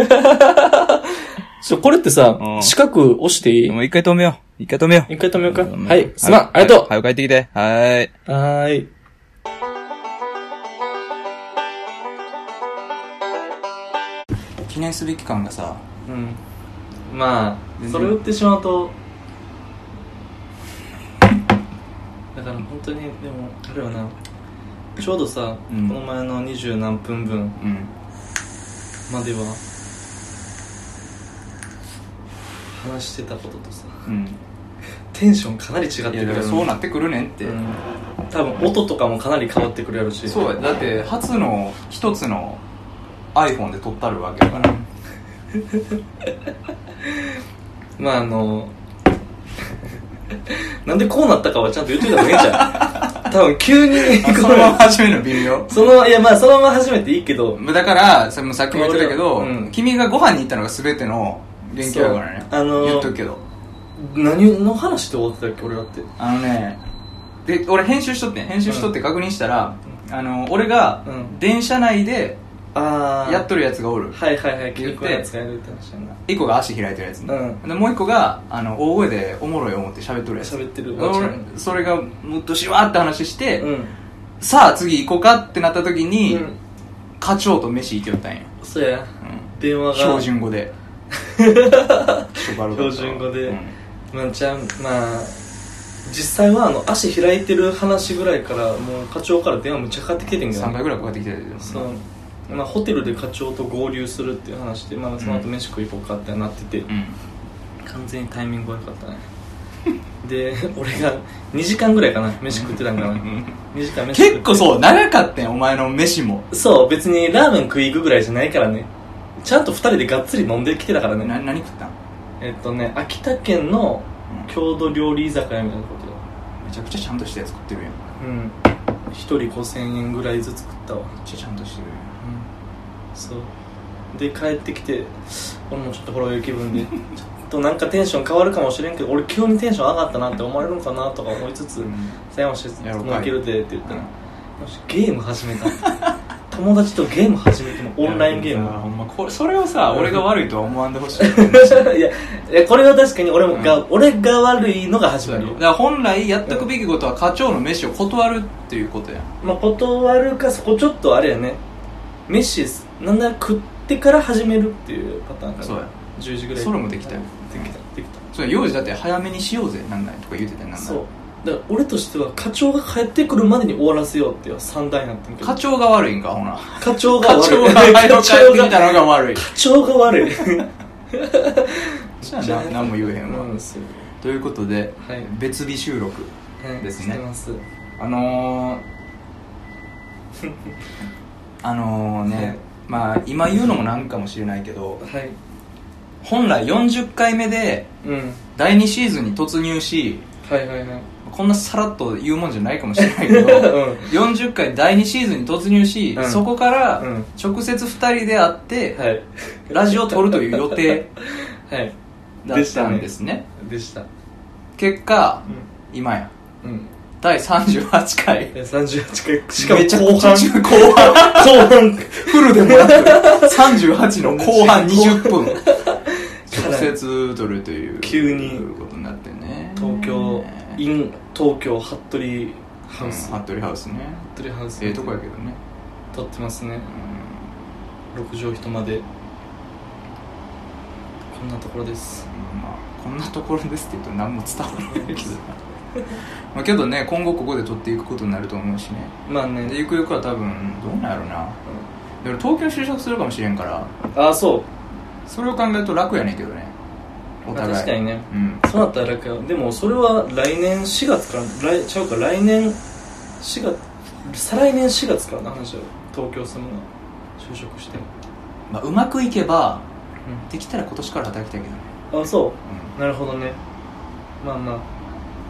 [SPEAKER 2] そうこれってさ
[SPEAKER 1] う、ん
[SPEAKER 2] 四角押していい
[SPEAKER 1] もう一回止めよう。一回止めよう。
[SPEAKER 2] 一回止めようか。
[SPEAKER 1] うん
[SPEAKER 2] はい、すまん、ありがと
[SPEAKER 1] はよ帰ってきて。はーい。
[SPEAKER 2] う。はーい。
[SPEAKER 1] 記念すべき感がさ、
[SPEAKER 2] うん。まあ、
[SPEAKER 1] 全然
[SPEAKER 2] それを言ってしまうと、だから本当に、でも、あれよな、ちょうどさ、
[SPEAKER 1] うん
[SPEAKER 2] この前の二十何分分
[SPEAKER 1] うん。
[SPEAKER 2] までは、話してたこととさ、
[SPEAKER 1] うん。
[SPEAKER 2] テンションかなり違ってく
[SPEAKER 1] いや、
[SPEAKER 2] る
[SPEAKER 1] だ
[SPEAKER 2] や
[SPEAKER 1] から
[SPEAKER 2] ろ
[SPEAKER 1] そうなってくるねんって。
[SPEAKER 2] うん多分音とかもかなり変わってくるやろし。
[SPEAKER 1] そうや、だって、初の一つの iPhone で撮ったるわけや
[SPEAKER 2] [laughs]
[SPEAKER 1] から。
[SPEAKER 2] [laughs] まああのなんでこうなったかはちゃんと言っといた方がいいんじゃ
[SPEAKER 1] [laughs]
[SPEAKER 2] ん多分急に
[SPEAKER 1] あそのまま始めるの微妙。
[SPEAKER 2] そのいやまあそのまま始めていいけど
[SPEAKER 1] だから、それもさっきも言ってたけど、
[SPEAKER 2] うん
[SPEAKER 1] 君がご飯に行ったのが全ての元気やからね。
[SPEAKER 2] そうあのー
[SPEAKER 1] 言っとくけど。
[SPEAKER 2] 何の話で終わってたっけ俺だって
[SPEAKER 1] あのね、で、俺編集しとってん、編集しとって確認したら、あの、俺が
[SPEAKER 2] うん
[SPEAKER 1] 電車内で
[SPEAKER 2] あ
[SPEAKER 1] やっとるやつがおる。
[SPEAKER 2] はいはいはい
[SPEAKER 1] 言って
[SPEAKER 2] 結構やつがいるって話やな
[SPEAKER 1] 一個が足開いてるやつね、
[SPEAKER 2] う
[SPEAKER 1] でもう一個があの大声でおもろい思って喋っとるやつ
[SPEAKER 2] 喋ってるおばちゃ
[SPEAKER 1] 俺
[SPEAKER 2] ん
[SPEAKER 1] それがもっとしわーって話して、
[SPEAKER 2] うん
[SPEAKER 1] さあ次行こうかってなった時に、
[SPEAKER 2] うん
[SPEAKER 1] 課長と飯行きよったんや、
[SPEAKER 2] そうや
[SPEAKER 1] うん
[SPEAKER 2] 電話が
[SPEAKER 1] 標準語で標
[SPEAKER 2] [laughs] 標準語でまあじゃあまあ実際はあの足開いてる話ぐらいからもう課長から電話むっちゃかかってきててんけど
[SPEAKER 1] 3回ぐらいかかってきてたけど
[SPEAKER 2] そう、まあ、ホテルで課長と合流するっていう話で、まあ、その後飯食い行こうかってなってて、
[SPEAKER 1] うん
[SPEAKER 2] 完全にタイミング悪かったねで [laughs] 俺が2時間ぐらいかな飯食ってたんかな
[SPEAKER 1] うん
[SPEAKER 2] 2時間飯食って
[SPEAKER 1] 結構そう長かったんお前の飯も
[SPEAKER 2] そう別にラーメン食い行くぐらいじゃないからねちゃんと2人でがっつり飲んできてたから
[SPEAKER 1] な
[SPEAKER 2] ね
[SPEAKER 1] 何食ったん
[SPEAKER 2] えっとね秋田県の
[SPEAKER 1] うん
[SPEAKER 2] 郷土料理居酒屋みたいなことよ
[SPEAKER 1] めちゃくちゃちゃんとしたやつ食ってるやんめ
[SPEAKER 2] うん1人5000円ぐらいずつ食ったわ
[SPEAKER 1] っちゃちゃんとしてるやん
[SPEAKER 2] そうで帰ってきて俺もちょっとほろ酔い気分で [laughs] ちょっとなんかテンション変わるかもしれんけど俺急にテンション上がったなって思われるのかなとか思いつつ「さやまし
[SPEAKER 1] やろう
[SPEAKER 2] も
[SPEAKER 1] か
[SPEAKER 2] う
[SPEAKER 1] い
[SPEAKER 2] けるで」って言ったら「よしゲーム始めた」 [laughs] 友達とゲーム始めてもオンライン
[SPEAKER 1] い
[SPEAKER 2] ゲー
[SPEAKER 1] やほ
[SPEAKER 2] ム
[SPEAKER 1] んまこれそれをさ俺が悪いとは思わんでほしい
[SPEAKER 2] [laughs] いやいやこれは確かに俺もが、俺が悪いのが始
[SPEAKER 1] そう
[SPEAKER 2] ま
[SPEAKER 1] や
[SPEAKER 2] る
[SPEAKER 1] ろだから本来やっとくべきことは課長の飯を断るっていうことや
[SPEAKER 2] まあ断るかそこちょっとあれやね飯なんなら食ってから始めるっていうパターンかな
[SPEAKER 1] そうや
[SPEAKER 2] 10時ぐらい
[SPEAKER 1] それもできたよ
[SPEAKER 2] できたできた
[SPEAKER 1] そう用事だって早めにしようぜなんないとか言うてたやんなんない
[SPEAKER 2] そうだから俺としては課長が帰ってくるまでに終わらせようっていう三大なんてんけど
[SPEAKER 1] 課長が悪いんかほな
[SPEAKER 2] 課長が
[SPEAKER 1] 課
[SPEAKER 2] 悪
[SPEAKER 1] 長
[SPEAKER 2] い
[SPEAKER 1] が早
[SPEAKER 2] 課
[SPEAKER 1] く帰って
[SPEAKER 2] 長
[SPEAKER 1] き
[SPEAKER 2] が
[SPEAKER 1] たのが悪い
[SPEAKER 2] 課長が悪い
[SPEAKER 1] じゃあな何も言えへんわ、
[SPEAKER 2] うんそう
[SPEAKER 1] ということで、
[SPEAKER 2] はい
[SPEAKER 1] 別日収録
[SPEAKER 2] はい
[SPEAKER 1] ですね
[SPEAKER 2] してます
[SPEAKER 1] あのー、 [laughs] あのーね、
[SPEAKER 2] はい
[SPEAKER 1] まあ今言うのもなんかもしれないけど
[SPEAKER 2] はい
[SPEAKER 1] 本来40回目で
[SPEAKER 2] うん
[SPEAKER 1] 第2シーズンに突入し
[SPEAKER 2] はいはいはい
[SPEAKER 1] こんなさらっと言うもんじゃないかもしれないけど [laughs]
[SPEAKER 2] うん
[SPEAKER 1] 40回第2シーズンに突入し、
[SPEAKER 2] うん
[SPEAKER 1] そこから
[SPEAKER 2] うん
[SPEAKER 1] 直接2人で会って、
[SPEAKER 2] [laughs] はい
[SPEAKER 1] ラジオを撮るという予定
[SPEAKER 2] はい
[SPEAKER 1] だったんですね
[SPEAKER 2] でした
[SPEAKER 1] 結果今や
[SPEAKER 2] うんうん
[SPEAKER 1] 第38回
[SPEAKER 2] え38回しかも
[SPEAKER 1] めちゃ
[SPEAKER 2] 後
[SPEAKER 1] くちゃ
[SPEAKER 2] 半
[SPEAKER 1] 中後半
[SPEAKER 2] 後半
[SPEAKER 1] フルでもなく38の後半20分
[SPEAKER 2] なり
[SPEAKER 1] 直接撮るという
[SPEAKER 2] 急に
[SPEAKER 1] ことになってね
[SPEAKER 2] 東京
[SPEAKER 1] イン
[SPEAKER 2] in 東京服部ハウス
[SPEAKER 1] ハットリハウスね
[SPEAKER 2] 服部ハウス
[SPEAKER 1] ええとこやけどね
[SPEAKER 2] 撮ってますね
[SPEAKER 1] うん
[SPEAKER 2] 6畳一間でこんなところです
[SPEAKER 1] まあ、こんなところですって言うと何も伝わらないけ
[SPEAKER 2] [laughs]
[SPEAKER 1] どまあけどね今後ここで撮っていくことになると思うしね
[SPEAKER 2] まあね
[SPEAKER 1] でゆくゆくは多分どうなんやろうなでも東京就職するかもしれんから
[SPEAKER 2] ああそう
[SPEAKER 1] それを考えると楽やねんけどねお互い
[SPEAKER 2] まあ確かにね
[SPEAKER 1] うん
[SPEAKER 2] そうなったら楽やでもそれは来年4月から来ちゃうか来年4月再来年4月からの話だよ東京住むの就職して
[SPEAKER 1] まあ、うまくいけば
[SPEAKER 2] う
[SPEAKER 1] できたら今年から働きたいけどね
[SPEAKER 2] んあそ
[SPEAKER 1] うん
[SPEAKER 2] うなるほどねまあまあ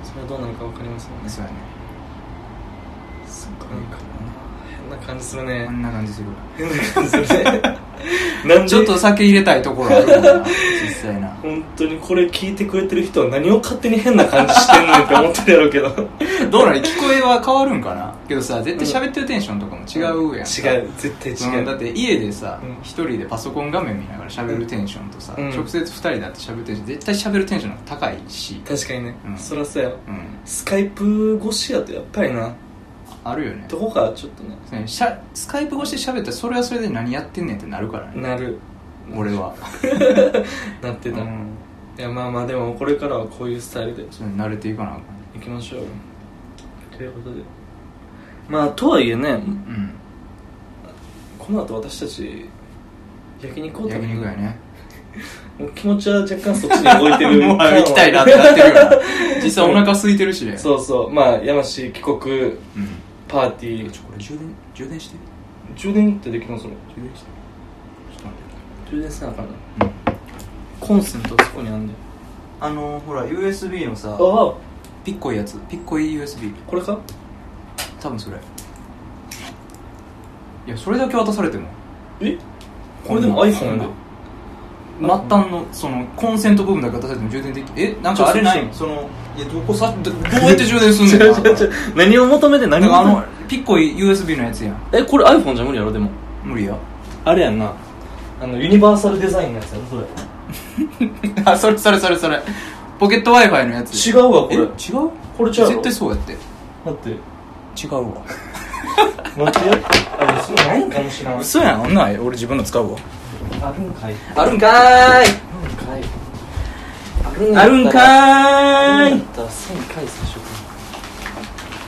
[SPEAKER 2] それはどうなるか分かりませんね
[SPEAKER 1] そうやね
[SPEAKER 2] そっかなんか変な感じするね
[SPEAKER 1] あんな感じする [laughs]
[SPEAKER 2] 変な感じするねなんで [laughs]
[SPEAKER 1] ちょっと酒入れたいところあるもんな
[SPEAKER 3] そうやな。
[SPEAKER 2] 本当にこれ聞いてくれてる人は何を勝手に変な感じしてんのって思ってるやろうけど。
[SPEAKER 1] どうなの聞こえは変わるんかなけどさ、絶対喋ってるテンションとかも違うやん。
[SPEAKER 2] 違う、絶対
[SPEAKER 1] う
[SPEAKER 2] 違
[SPEAKER 1] ん
[SPEAKER 2] う。
[SPEAKER 1] だって家でさ
[SPEAKER 2] うん
[SPEAKER 1] 一、人でパソコン画面見ながら喋るテンションとさ、
[SPEAKER 2] うん
[SPEAKER 1] 直接二人だって喋るテンション絶対喋るテンションの方が高いし、
[SPEAKER 2] 確かにね、
[SPEAKER 1] うん
[SPEAKER 2] そらそうやわ
[SPEAKER 1] うん、
[SPEAKER 2] スカイプ越しやとやっぱりな、
[SPEAKER 1] あるよね
[SPEAKER 2] どこかちょっとね、
[SPEAKER 1] ねしゃスカイプ越しで喋ったらそれはそれで何やってんねんってなるからね
[SPEAKER 2] なる。
[SPEAKER 1] 俺は、
[SPEAKER 2] なってた。
[SPEAKER 1] う
[SPEAKER 2] い
[SPEAKER 1] ん
[SPEAKER 2] や、まあまあ、でもこれからはこういうスタイルで
[SPEAKER 1] それに慣れていかなあか
[SPEAKER 2] 行きましょうよ。ということで。まあ、とはいえね、
[SPEAKER 1] んうん
[SPEAKER 2] この後私たち、焼肉を食べ
[SPEAKER 1] 焼
[SPEAKER 2] に行
[SPEAKER 1] 肉
[SPEAKER 2] く
[SPEAKER 1] やね
[SPEAKER 2] もう気持ちは若干そっちに動いてる。
[SPEAKER 1] [laughs] もう行きたいなってなってるよな実際お腹空いてるしね
[SPEAKER 2] そうそう。まあ、山氏帰国
[SPEAKER 1] うん
[SPEAKER 2] パーティー。
[SPEAKER 1] ちょこれ充電充電して
[SPEAKER 2] 充電ってできますの
[SPEAKER 1] 充電してちょっと待って
[SPEAKER 2] 充電せなあかんな。
[SPEAKER 1] うん
[SPEAKER 2] コンセントそこにあんねん。
[SPEAKER 1] あのほら USB のさ
[SPEAKER 2] ああ、
[SPEAKER 1] ピッコいやつピッコい USB
[SPEAKER 2] これか
[SPEAKER 1] 多分それいやそれだけ渡されても
[SPEAKER 2] えこれでも iPhone で。
[SPEAKER 1] 末端のそのコンセント部分だけ渡されても充電できえなんかあれないそのいやどこさどどうやって充電すん [laughs] ねんなだか
[SPEAKER 2] 何を求めて何
[SPEAKER 1] らあ
[SPEAKER 2] を求め
[SPEAKER 1] のピッコイ USB のやつやん
[SPEAKER 2] てえ、これ iPhone じゃ無理やろ、でも。
[SPEAKER 1] 無理や
[SPEAKER 2] あれやんな。あの、ユニバーサルデザインのやつやろ、それ。
[SPEAKER 1] [laughs] あそれそれそれそれポケット w i f i のやつ
[SPEAKER 2] 違うわ、こ
[SPEAKER 1] え違
[SPEAKER 2] れ。だ
[SPEAKER 1] う
[SPEAKER 2] これ違うの
[SPEAKER 1] 絶対そうやって
[SPEAKER 2] って、
[SPEAKER 1] 違うわ
[SPEAKER 2] 待ってよ。あ、そうないんかもしらん。
[SPEAKER 1] 嘘やんほんなら俺自分の使うわ
[SPEAKER 2] あるんかい。
[SPEAKER 1] あるんかーい
[SPEAKER 2] あるんかい。あるん
[SPEAKER 1] あるんか
[SPEAKER 2] ある
[SPEAKER 1] ーい
[SPEAKER 2] んだったら1000回接触。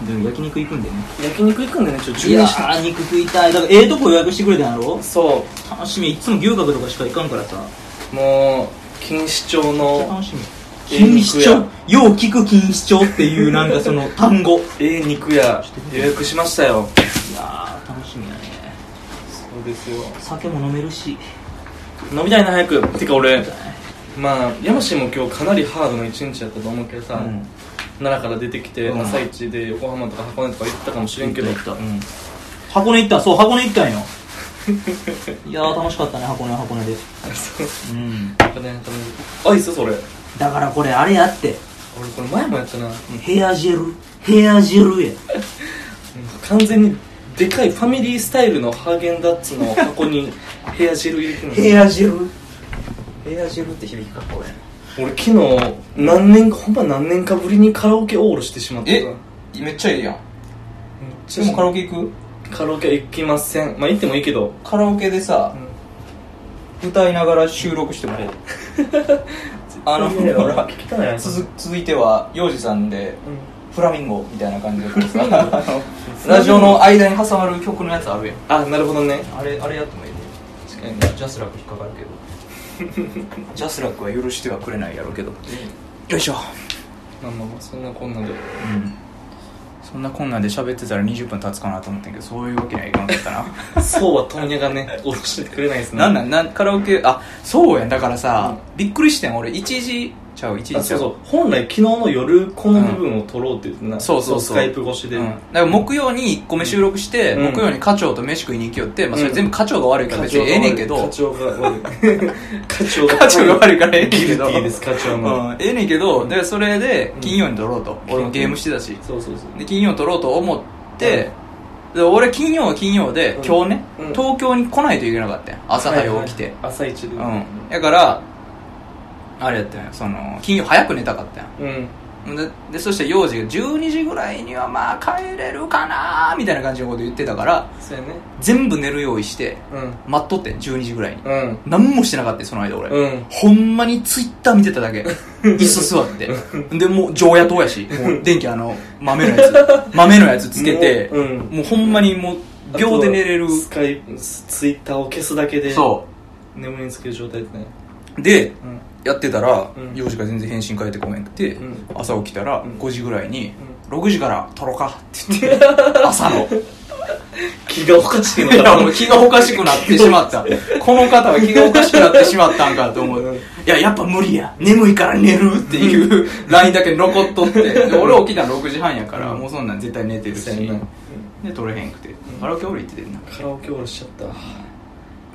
[SPEAKER 1] でも焼肉行くんだよね
[SPEAKER 2] 焼肉行くんだよね、ちょっと充
[SPEAKER 1] いや
[SPEAKER 2] 電して。
[SPEAKER 1] ー肉食いたいだからええとこ予約してくれたんやろ
[SPEAKER 2] そ
[SPEAKER 1] 楽しみいつも牛角とかしか行かんからさ
[SPEAKER 2] う。もう、錦糸町の、
[SPEAKER 1] 楽しみ
[SPEAKER 2] ええ
[SPEAKER 1] 錦
[SPEAKER 2] 肉
[SPEAKER 1] 糸
[SPEAKER 2] や
[SPEAKER 1] 町よう聞く錦糸町っていうなんかそ [laughs] の単語い
[SPEAKER 2] ええ肉屋予約しましたよ。
[SPEAKER 1] やー楽しみやね
[SPEAKER 2] そうですよ。
[SPEAKER 1] 酒も飲めるし
[SPEAKER 2] 飲みたいな、早く。てか俺、まあ、山氏も今日かなりハードな一日やったと思うけどさ、
[SPEAKER 1] うん
[SPEAKER 2] 奈良から出てきて、
[SPEAKER 1] うん
[SPEAKER 2] 朝一で横浜とか箱根とか行ったかもしれんけど、
[SPEAKER 1] 行った行ったうん箱根行ったそう箱根行ったんよ [laughs] いやー楽しかったね箱根は箱根でうん
[SPEAKER 2] なんかね、あ、いいっすそれ。俺
[SPEAKER 1] だからこれあれやって
[SPEAKER 2] これ前もやったな。
[SPEAKER 1] ヘアジェルヘアジェルや
[SPEAKER 2] 完全にでかいファミリースタイルのハーゲンダッツの箱にヘアジェル入れてるの
[SPEAKER 1] [laughs] アジェルヘアジェルって響きかっこいい
[SPEAKER 2] 俺昨日何年かほんま何年かぶりにカラオケオールしてしまったからめっ
[SPEAKER 1] えめっちゃいいやん
[SPEAKER 2] ち
[SPEAKER 1] で
[SPEAKER 2] ゃ
[SPEAKER 1] もカラオケ行く
[SPEAKER 2] カラオケ行きませんまあ行ってもいいけど
[SPEAKER 1] カラオケでさ、歌いながら収録して [laughs] もらえるあの
[SPEAKER 2] いやいや
[SPEAKER 1] ほら
[SPEAKER 2] 聞きたない
[SPEAKER 1] 続続いては洋二さんで
[SPEAKER 2] うん
[SPEAKER 1] フラミンゴみたいな感じでこうさあの [laughs] ラジオの間に挟まる曲のやつあるやん
[SPEAKER 2] あなるほどね
[SPEAKER 1] あれあれやってもいいね
[SPEAKER 2] 確かに
[SPEAKER 1] ジャスラック引っかかるけど [laughs] ジャスラックは許してはくれないやろうけどよいしょ
[SPEAKER 2] まあまあまあそんなこんなで
[SPEAKER 1] うんそんなこんなんで喋ってたら20分経つかなと思ってんけどそういうわけにはいかなかったな
[SPEAKER 2] [laughs] そうは問屋がね下ろしてくれないですね
[SPEAKER 1] [laughs] なんなんなんカラオケあそうやんだからさ、びっくりしてん俺1時ちゃう1時ちゃ
[SPEAKER 2] あ
[SPEAKER 1] う
[SPEAKER 2] そうそう本来昨日の夜この部分を撮ろうって言ってな
[SPEAKER 1] そうそうそう
[SPEAKER 2] スカイプ越しで
[SPEAKER 1] うん、だから木曜に1個目収録して、
[SPEAKER 2] うん
[SPEAKER 1] 木曜に課長と飯食いに行きよって、まあ、それ全部課長が悪いから別に
[SPEAKER 2] 課
[SPEAKER 1] え
[SPEAKER 2] 長が悪い
[SPEAKER 1] えねんけど
[SPEAKER 2] 課長が
[SPEAKER 1] [laughs]
[SPEAKER 2] 悪い課長が
[SPEAKER 1] 課長が悪いからええねんけど
[SPEAKER 2] ギルティです課長の、
[SPEAKER 1] うん、ええねんけどでそれで
[SPEAKER 2] うん
[SPEAKER 1] 金曜に撮ろうと、俺もゲームしてたし
[SPEAKER 2] そうそうそう
[SPEAKER 1] で金曜撮ろうと思って、で俺金曜は金曜で、
[SPEAKER 2] うん
[SPEAKER 1] 今日ね、
[SPEAKER 2] うん
[SPEAKER 1] 東京に来ないといけなかったよ朝早起きて、
[SPEAKER 2] はいはい朝一で
[SPEAKER 1] うんだからあれやったんよその金曜早く寝たかったんよ
[SPEAKER 2] うん
[SPEAKER 1] ででそして幼児が12時ぐらいにはまあ帰れるかなみたいな感じのこと言ってたから
[SPEAKER 2] そうやね
[SPEAKER 1] 全部寝る用意して
[SPEAKER 2] うん
[SPEAKER 1] 待っとってん12時ぐらいに
[SPEAKER 2] うん
[SPEAKER 1] 何もしてなかったよその間俺、
[SPEAKER 2] うん
[SPEAKER 1] ほんまにツイッター見てた
[SPEAKER 2] [laughs]
[SPEAKER 1] だけ椅子座ってでもう常夜灯やしもう電気あの豆のや
[SPEAKER 2] [laughs]
[SPEAKER 1] つ豆のやつつけて
[SPEAKER 2] もううん
[SPEAKER 1] もうほんまにもう秒で寝れる
[SPEAKER 2] あとはスカイツイッターを消すだけで
[SPEAKER 1] そ
[SPEAKER 2] 眠りにつける状態ですね
[SPEAKER 1] うで
[SPEAKER 2] うん
[SPEAKER 1] やってたら、
[SPEAKER 2] うん
[SPEAKER 1] 幼児が全然返信返ってこなくて、
[SPEAKER 2] うん
[SPEAKER 1] 朝起きたら
[SPEAKER 2] うん
[SPEAKER 1] 5時ぐらいに、
[SPEAKER 2] う
[SPEAKER 1] 6時から撮ろうかって
[SPEAKER 2] [laughs]
[SPEAKER 1] 言って朝の
[SPEAKER 2] 気がおかしいの
[SPEAKER 1] い
[SPEAKER 2] か
[SPEAKER 1] や
[SPEAKER 2] な
[SPEAKER 1] もう [laughs] 気がおかしくなってしまったこの方は気がおかしくなってしまったんかと思ういややっぱ無理や眠いから寝るっていう LINE だけ残っとってで俺起きたの6時半やからもうそんなん絶対寝てるし
[SPEAKER 2] そうやな
[SPEAKER 1] で取れへんくてカラオケ降り行っててんな
[SPEAKER 2] カラオケオールしちゃっ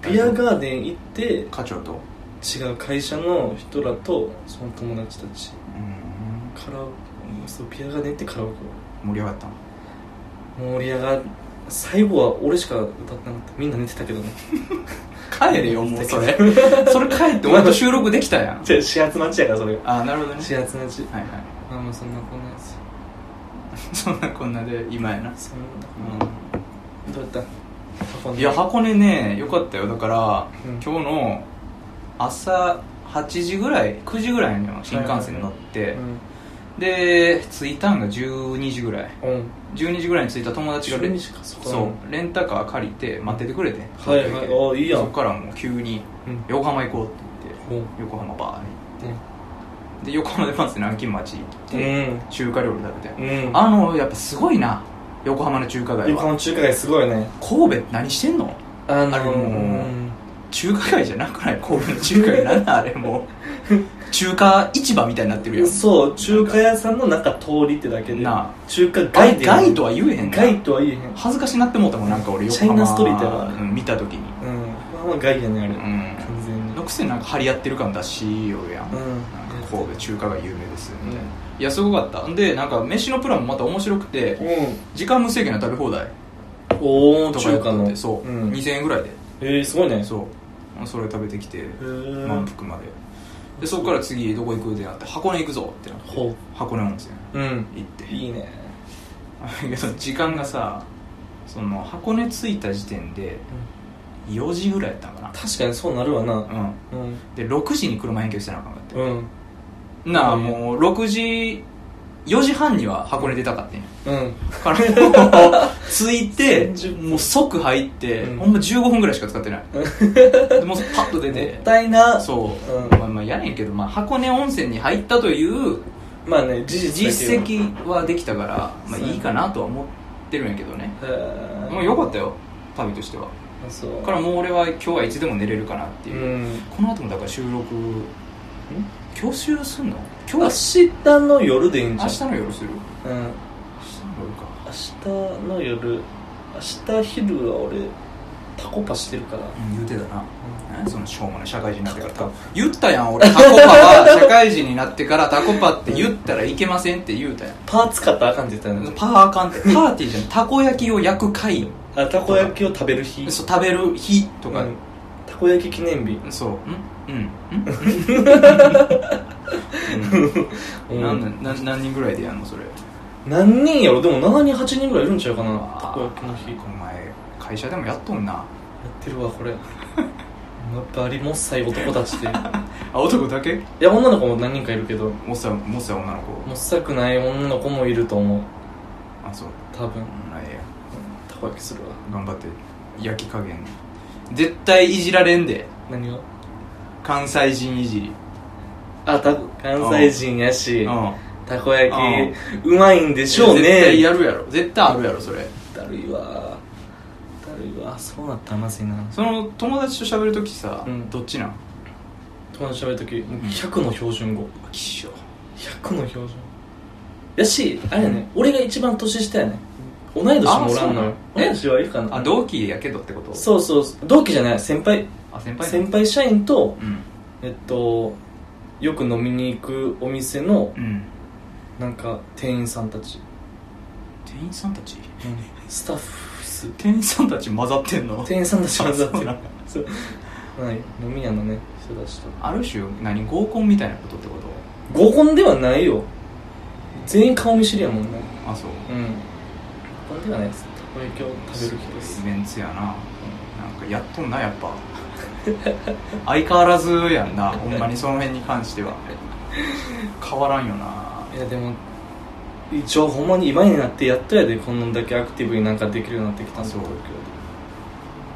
[SPEAKER 2] たビアガーデン行って
[SPEAKER 1] 課長と
[SPEAKER 2] 違う会社の人らとその友達たちカラオそうピアが出てカラオケ
[SPEAKER 1] 盛り上がったの
[SPEAKER 2] を盛り上がる最後は俺しか歌ってなかったみんな寝てたけどね
[SPEAKER 1] 帰れよもうそれ [laughs] それ帰って俺と収録できたや [laughs] ん
[SPEAKER 2] [laughs] じゃあ始発待ちやからそれが
[SPEAKER 1] あなるほどね
[SPEAKER 2] 始発待ち
[SPEAKER 1] はい [laughs] は
[SPEAKER 2] まあまあそんなこんなや
[SPEAKER 1] い
[SPEAKER 2] つ
[SPEAKER 1] そんなこんなで今やな
[SPEAKER 2] そんなこんなどうやった箱
[SPEAKER 1] いや箱根ねよかったよだから、
[SPEAKER 2] うん
[SPEAKER 1] 今日の朝8時ぐらい9時ぐらいには新幹線に乗って、で着いたんが12時ぐらい
[SPEAKER 2] うんうん
[SPEAKER 1] 12時ぐらいに着いた友達がレン
[SPEAKER 2] 12時かそっか
[SPEAKER 1] そうレンタカー借りて待っててくれて
[SPEAKER 2] はいはいおーいいやん
[SPEAKER 1] そっからもう急に
[SPEAKER 2] うん
[SPEAKER 1] 横浜行こうって言って、
[SPEAKER 2] うん
[SPEAKER 1] 横浜バーに行ってで横浜でまず南京町行って、中華料理食べて、
[SPEAKER 2] うん
[SPEAKER 1] あのやっぱすごいな横浜の中華街
[SPEAKER 2] 横
[SPEAKER 1] は
[SPEAKER 2] 浜中華街すごいね
[SPEAKER 1] 神戸何してんの
[SPEAKER 2] あの
[SPEAKER 1] あれもう
[SPEAKER 2] うん
[SPEAKER 1] 中華街じゃなくない神戸の中華街なんだあれもう中華市場みたいになってるやん
[SPEAKER 2] そう中華屋さんの中通りってだけで
[SPEAKER 1] なあ
[SPEAKER 2] 中華街
[SPEAKER 1] 街
[SPEAKER 2] って
[SPEAKER 1] 街とは言えへんな
[SPEAKER 2] 街とは言えへん
[SPEAKER 1] 恥ずかしなってもうたもんなんか俺横
[SPEAKER 2] チャ
[SPEAKER 1] 浜
[SPEAKER 2] イナストリートやな
[SPEAKER 1] うん見た時に
[SPEAKER 2] うんまあまあ街やねあれ
[SPEAKER 1] う
[SPEAKER 2] 完
[SPEAKER 1] ん
[SPEAKER 2] 全に
[SPEAKER 1] のくせになんか張り合ってる感出しようやん,、
[SPEAKER 2] うん
[SPEAKER 1] なんか神戸中華が有名ですみたいな、いやすごかったんでなんか飯のプランもまた面白くて時間無制限の食べ放題
[SPEAKER 2] うんおお
[SPEAKER 1] とかや
[SPEAKER 2] 中
[SPEAKER 1] っ
[SPEAKER 2] 華
[SPEAKER 1] たんで
[SPEAKER 2] の
[SPEAKER 1] そう、
[SPEAKER 2] うん
[SPEAKER 1] 2000円ぐらいで
[SPEAKER 2] えーすごいね
[SPEAKER 1] そうそれ食べてきて
[SPEAKER 2] ー
[SPEAKER 1] 満腹まででそこから次どこ行くってなって箱根行くぞってなって
[SPEAKER 2] ほう
[SPEAKER 1] 箱根温泉
[SPEAKER 2] うん
[SPEAKER 1] 行って
[SPEAKER 2] いいね
[SPEAKER 1] だけど時間がさその箱根着いた時点で4時ぐらいやったんか
[SPEAKER 2] 確かにそうなるわ
[SPEAKER 1] な
[SPEAKER 2] な
[SPEAKER 1] うん
[SPEAKER 2] うん
[SPEAKER 1] で6時に車返却してなあかんかって、
[SPEAKER 2] うん
[SPEAKER 1] なあ
[SPEAKER 2] うん
[SPEAKER 1] もう6時4時半には箱根出たかってん
[SPEAKER 2] うん
[SPEAKER 1] から
[SPEAKER 2] [laughs]
[SPEAKER 1] もう着いて
[SPEAKER 2] 30分
[SPEAKER 1] もう即入って、
[SPEAKER 2] うん
[SPEAKER 1] ほんま15分ぐらいしか使ってないでもうパッと出て
[SPEAKER 2] もったいな
[SPEAKER 1] そう、
[SPEAKER 2] うん
[SPEAKER 1] まあまあやねんけど、まあ、箱根温泉に入ったという
[SPEAKER 2] まあね事実だ
[SPEAKER 1] 実
[SPEAKER 2] けど
[SPEAKER 1] 績はできたから、まあ、いいかなとは思ってるんやけどね
[SPEAKER 2] へー
[SPEAKER 1] もうよかったよ旅としては
[SPEAKER 2] そう
[SPEAKER 1] だからもう俺は今日はいつでも寝れるかなって
[SPEAKER 2] う
[SPEAKER 1] いう、
[SPEAKER 2] ん
[SPEAKER 1] この後もだから収録今日収録すんの今
[SPEAKER 2] 明
[SPEAKER 1] 日
[SPEAKER 2] 日の夜でいいんじゃ
[SPEAKER 1] 明
[SPEAKER 2] ん
[SPEAKER 1] 日の夜する
[SPEAKER 2] うん
[SPEAKER 1] 明日の夜か
[SPEAKER 2] 明日の夜明日昼は俺タコパしてるから
[SPEAKER 1] うん言うてたな、何そのしょうもない社会人になってから言ったやん俺タコパは [laughs] 社会人になってからタコパって言ったらいけませんって言うたやん
[SPEAKER 2] パー使ったらあかんって言ったよね
[SPEAKER 1] パーあかんってパーティーじゃんたこ焼きを焼く会
[SPEAKER 2] あたこ焼きを食べる日
[SPEAKER 1] そう食べる日とか、
[SPEAKER 2] うんたこ焼き記念日
[SPEAKER 1] そうんうんうん、うん、
[SPEAKER 2] う
[SPEAKER 1] 何
[SPEAKER 2] ん
[SPEAKER 1] 何何人ぐらいでやんのそれ
[SPEAKER 2] 何人やろでも7人8人ぐらいいるんちゃうかなたこ焼きの日や
[SPEAKER 1] お前会社でもやっとんな
[SPEAKER 2] ってるわこれやっぱりもっさい男たち [laughs] でい
[SPEAKER 1] あ男だけ
[SPEAKER 2] や女の子も何人かいるけども
[SPEAKER 1] もっさいもっさい女の子
[SPEAKER 2] っさくない女の子もいると思う
[SPEAKER 1] あそう
[SPEAKER 2] 多分
[SPEAKER 1] うんあええや
[SPEAKER 2] たこ焼きするわ
[SPEAKER 1] 頑張って焼き加減絶対いじられんで
[SPEAKER 2] 何を
[SPEAKER 1] 関西人いじり
[SPEAKER 2] あた関西人やし
[SPEAKER 1] うん
[SPEAKER 2] たこ焼きうまいんでしょうね
[SPEAKER 1] 絶対やるやろ絶対あるやろそれ
[SPEAKER 2] だるいわだるいわそうなったらまずいな
[SPEAKER 1] その友達と喋るときさ、
[SPEAKER 2] うん
[SPEAKER 1] どっちなん
[SPEAKER 2] 友達と喋るとき100の標準語
[SPEAKER 1] きしょ
[SPEAKER 2] 100の標準やしあれやね俺が一番年下やね同い年もおらんのよ
[SPEAKER 1] あそうなの
[SPEAKER 2] 同い年はいるかな
[SPEAKER 1] あ同期やけどってこと
[SPEAKER 2] そうそうそう同期じゃない先輩
[SPEAKER 1] あ先輩
[SPEAKER 2] 先輩社員と
[SPEAKER 1] うん
[SPEAKER 2] えっとよく飲みに行くお店の
[SPEAKER 1] うん
[SPEAKER 2] なんか店員さんたち
[SPEAKER 1] 店員さんたち
[SPEAKER 2] スタッフス
[SPEAKER 1] 店員さんたち混ざってんの
[SPEAKER 2] 店員さんたちが座って
[SPEAKER 1] あそう
[SPEAKER 2] る
[SPEAKER 1] なんだ
[SPEAKER 2] [laughs] そうはい飲み屋のね人たちと
[SPEAKER 1] ある種何合コンみたいなことってこと
[SPEAKER 2] 合コンではないよ全員顔見知りやもんね
[SPEAKER 1] あそう
[SPEAKER 2] うん合コンではないですたこ焼きを食べる日です
[SPEAKER 1] イベントやななんかやっとんなやっぱ [laughs] 相変わらずやんなほんまにその辺に関しては変わらんよない
[SPEAKER 2] やでも一応ほんまに今になってやっとやでこんなんだけアクティブになんかできるようになってきたんだ
[SPEAKER 1] そう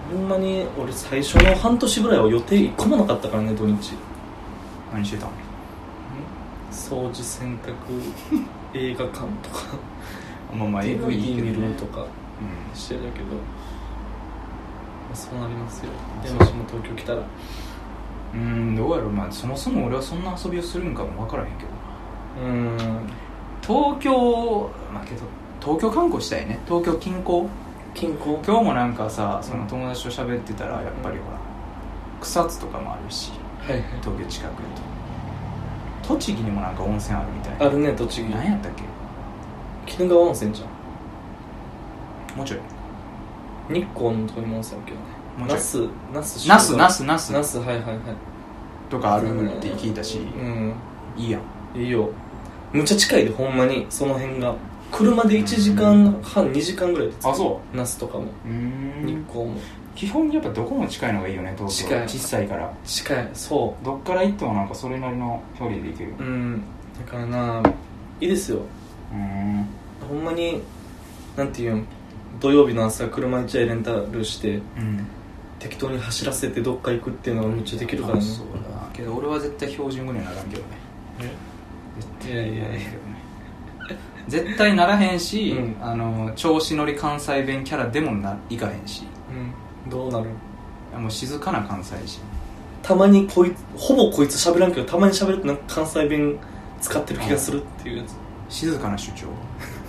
[SPEAKER 2] 東京でほんまに俺最初の半年ぐらいは予定一個もなかったからね土日
[SPEAKER 1] 何してたん
[SPEAKER 2] 掃除洗 [laughs] 濯映画館とか
[SPEAKER 1] まあ
[SPEAKER 2] [laughs]
[SPEAKER 1] まあ
[SPEAKER 2] DVD
[SPEAKER 1] AV いいけど
[SPEAKER 2] 見
[SPEAKER 1] ね
[SPEAKER 2] るとか
[SPEAKER 1] うん
[SPEAKER 2] してたけど、まあそうなりますよで
[SPEAKER 1] そう
[SPEAKER 2] もしも東京来たら
[SPEAKER 1] うーんどうやろう、まあ、そもそも俺はそんな遊びをするんかも分からへんけど
[SPEAKER 2] うん
[SPEAKER 1] 東京まあけど東京観光したいね東京近郊
[SPEAKER 2] 近郊
[SPEAKER 1] 今日もなんかさその友達と喋ってたらやっぱりほら草津とかもあるし
[SPEAKER 2] はいはい
[SPEAKER 4] 東京近くやと栃木にもなんか温泉あるみたい
[SPEAKER 2] あ
[SPEAKER 4] な
[SPEAKER 2] るね栃木
[SPEAKER 4] 何やったっけ
[SPEAKER 2] 鬼怒川温泉じゃん
[SPEAKER 4] もうちょい
[SPEAKER 2] 日光のとこにも温泉あるけどね
[SPEAKER 4] もうちょ
[SPEAKER 2] 那
[SPEAKER 4] い
[SPEAKER 2] 須那須
[SPEAKER 4] 那須那須那須
[SPEAKER 2] 那須はいはいはい
[SPEAKER 4] とかあるって聞いたし
[SPEAKER 2] うん
[SPEAKER 4] いいやん
[SPEAKER 2] いいよむっちゃ近いでほんまにその辺が車で1時間半2時間ぐらいで着く
[SPEAKER 4] そ
[SPEAKER 2] 那須とかも
[SPEAKER 4] うう
[SPEAKER 2] 日
[SPEAKER 4] ん
[SPEAKER 2] 光も
[SPEAKER 4] 基本やっぱどこも近いのがいいよね東京
[SPEAKER 2] 近い
[SPEAKER 4] 小さいから
[SPEAKER 2] 近いそ
[SPEAKER 4] どっから行ってもなんかそれなりの距離で行ける
[SPEAKER 2] ううんだからないいですよ
[SPEAKER 4] うん
[SPEAKER 2] ほんまになんていうん土曜日の朝車1台レンタルして
[SPEAKER 4] うん
[SPEAKER 2] 適当に走らせてどっか行くっていうのがめっちゃできるからね
[SPEAKER 4] そうだけど俺は絶対標準語にはならんけどね
[SPEAKER 2] いやいやいや
[SPEAKER 4] 絶対ならへんし、
[SPEAKER 2] うん
[SPEAKER 4] あの調子乗り関西弁キャラでもないかへんし
[SPEAKER 2] うんどうなる
[SPEAKER 4] もう静かな関西人
[SPEAKER 2] たまにこいほぼこいつ喋らんけどたまに喋るとなんか関西弁使ってる気がするっていうやつ
[SPEAKER 4] 静かな主張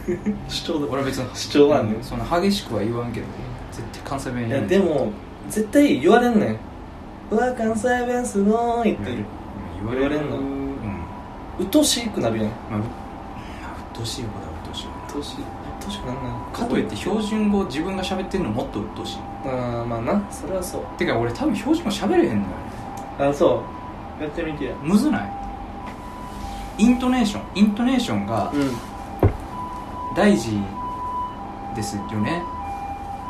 [SPEAKER 2] [laughs] 主張だ
[SPEAKER 4] 俺は別に
[SPEAKER 2] 主張はあんねん
[SPEAKER 4] うんそんな激しくは言わんけど絶対関西弁
[SPEAKER 2] い
[SPEAKER 4] や
[SPEAKER 2] や
[SPEAKER 4] め
[SPEAKER 2] でも絶対言われんねんうわ関西弁すごいっ
[SPEAKER 4] うん
[SPEAKER 2] て
[SPEAKER 4] 言わ
[SPEAKER 2] 言わ
[SPEAKER 4] れる
[SPEAKER 2] れんの
[SPEAKER 4] うん
[SPEAKER 2] 鬱陶しくなるやん鬱
[SPEAKER 4] まあうまあ鬱陶しいことは鬱陶しいわ
[SPEAKER 2] 陶しい鬱陶しくなるな
[SPEAKER 4] かといって標準語自分が喋ってるのもっと鬱陶しい
[SPEAKER 2] ああまあなそれはそう
[SPEAKER 4] てか俺多分標準語喋れへんのよ
[SPEAKER 2] あそうやってみてや
[SPEAKER 4] むずないイントネーションイントネーションが
[SPEAKER 2] うん
[SPEAKER 4] 大事ですよね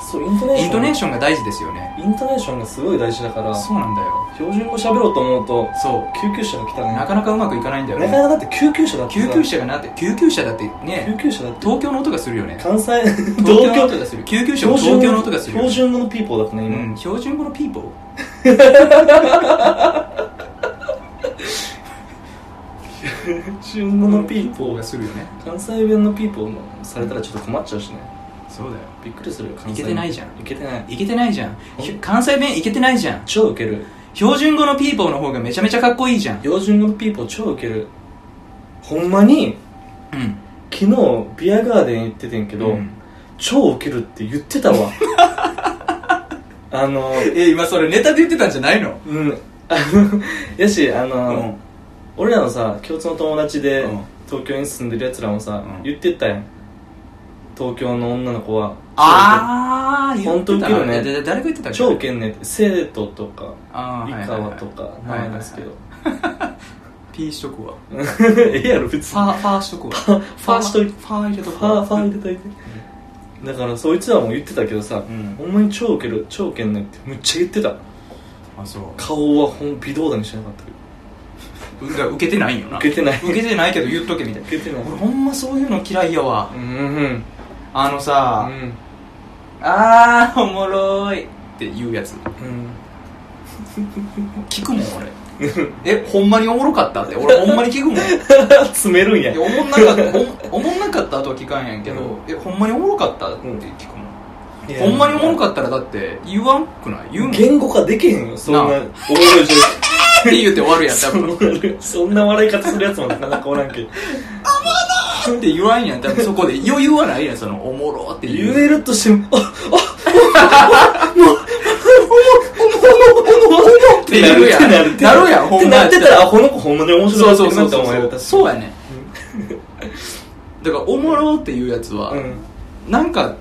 [SPEAKER 2] そうイントネーション
[SPEAKER 4] イントネーションが大事ですよね
[SPEAKER 2] イントネーションがすごい大事だから
[SPEAKER 4] そうなんだよ
[SPEAKER 2] 標準語喋ろうと思うと
[SPEAKER 4] そ
[SPEAKER 2] 救急車が来た
[SPEAKER 4] う
[SPEAKER 2] ね
[SPEAKER 4] なかなかうまくいかないんだよ
[SPEAKER 2] なか
[SPEAKER 4] ね
[SPEAKER 2] なかだって救急車だって
[SPEAKER 4] 救
[SPEAKER 2] さ
[SPEAKER 4] 急車がなって救急車だってね
[SPEAKER 2] 救急車だって
[SPEAKER 4] 東京の音がするよね
[SPEAKER 2] 関西
[SPEAKER 4] [laughs] 東京の音がする救急車も東京の音がするよ
[SPEAKER 2] 標準語のピーポーだったね今、
[SPEAKER 4] うん標準語のピーポー
[SPEAKER 2] 標準語のピーポー
[SPEAKER 4] がするよね
[SPEAKER 2] 関西弁のピーポーもされたらちょっと困っちゃうしね
[SPEAKER 4] そうだよ
[SPEAKER 2] びっくりするよ関
[SPEAKER 4] いけてないじゃん
[SPEAKER 2] いけてない
[SPEAKER 4] いけてないじゃんひ関西弁いけてないじゃん
[SPEAKER 2] 超ウケる
[SPEAKER 4] 標準語のピーポーの方がめちゃめちゃかっこいいじゃん
[SPEAKER 2] 標準語のピーポー超ウケるほんまに
[SPEAKER 4] うん
[SPEAKER 2] 昨日ビアガーデン行っててんけど、
[SPEAKER 4] うん
[SPEAKER 2] 超ウケるって言ってた
[SPEAKER 4] [laughs]
[SPEAKER 2] わあの
[SPEAKER 4] え今それネタで言ってたんじゃないの
[SPEAKER 2] うん [laughs] あのやしあの、
[SPEAKER 4] うん
[SPEAKER 2] 俺らのさ共通の友達で、
[SPEAKER 4] うん
[SPEAKER 2] 東京に住んでるやつらもさ、
[SPEAKER 4] うん
[SPEAKER 2] 言ってたやん東京の女の子は
[SPEAKER 4] ああ言ってた
[SPEAKER 2] 本当ウケるね
[SPEAKER 4] えだ誰が言ってたっけ
[SPEAKER 2] 超ウケんねんって生徒とか
[SPEAKER 4] あ
[SPEAKER 2] 井
[SPEAKER 4] ー
[SPEAKER 2] 川とか名前ですけど、
[SPEAKER 4] ピーしとくわ
[SPEAKER 2] [laughs] ええやろ別
[SPEAKER 4] フ
[SPEAKER 2] に
[SPEAKER 4] ァーファーしとくわファ
[SPEAKER 2] ファーしといて
[SPEAKER 4] ファー入れと
[SPEAKER 2] フ
[SPEAKER 4] く
[SPEAKER 2] ァー
[SPEAKER 4] わ
[SPEAKER 2] ファー入れといてだからそいつらも言ってたけどさ、
[SPEAKER 4] うん
[SPEAKER 2] ほんまに超ウケる超ウケんねんってむっちゃ言ってた
[SPEAKER 4] あそう
[SPEAKER 2] 顔はほん微動だにしなかったけど
[SPEAKER 4] うだから受けてないんよな
[SPEAKER 2] ウケてない
[SPEAKER 4] 受けてないけど言っとけみたいな
[SPEAKER 2] ウケてない
[SPEAKER 4] 俺ほんまそういうの嫌いやわ
[SPEAKER 2] うんうん
[SPEAKER 4] あの
[SPEAKER 2] う
[SPEAKER 4] さ
[SPEAKER 2] ん
[SPEAKER 4] あーおもろいって言うやつ
[SPEAKER 2] うん [laughs]
[SPEAKER 4] 聞くもん俺えほんまにおもろかったって俺ほんまに聞くもんい
[SPEAKER 2] 詰めるんや
[SPEAKER 4] やおもんなかったおおもんなかったとは聞かんやんけど、
[SPEAKER 2] う
[SPEAKER 4] えほんまにおもろかったって聞くもんほんまにおもろかったらだって言わんくない言うもんって
[SPEAKER 2] 言語化できへんよそんな
[SPEAKER 4] なあ
[SPEAKER 2] おも
[SPEAKER 4] [laughs]
[SPEAKER 2] ろい状況
[SPEAKER 4] 言うて終わるやん多
[SPEAKER 2] そん
[SPEAKER 4] 分
[SPEAKER 2] なそんな笑い方するやつもなかなかおらんけど
[SPEAKER 4] って言わんやん多分そこで余裕はないやんそのおもろって
[SPEAKER 2] 言
[SPEAKER 4] 言う
[SPEAKER 2] えるとしてもあ
[SPEAKER 4] って言うやん
[SPEAKER 2] なる
[SPEAKER 4] なるやんほんま
[SPEAKER 2] ってなってたらあこの子ほんまに面
[SPEAKER 4] そ
[SPEAKER 2] 白
[SPEAKER 4] う
[SPEAKER 2] い
[SPEAKER 4] そう
[SPEAKER 2] な
[SPEAKER 4] そう
[SPEAKER 2] って
[SPEAKER 4] そ
[SPEAKER 2] 思える
[SPEAKER 4] うそうやねんだからおもろっていうやつは、
[SPEAKER 2] うん
[SPEAKER 4] なんか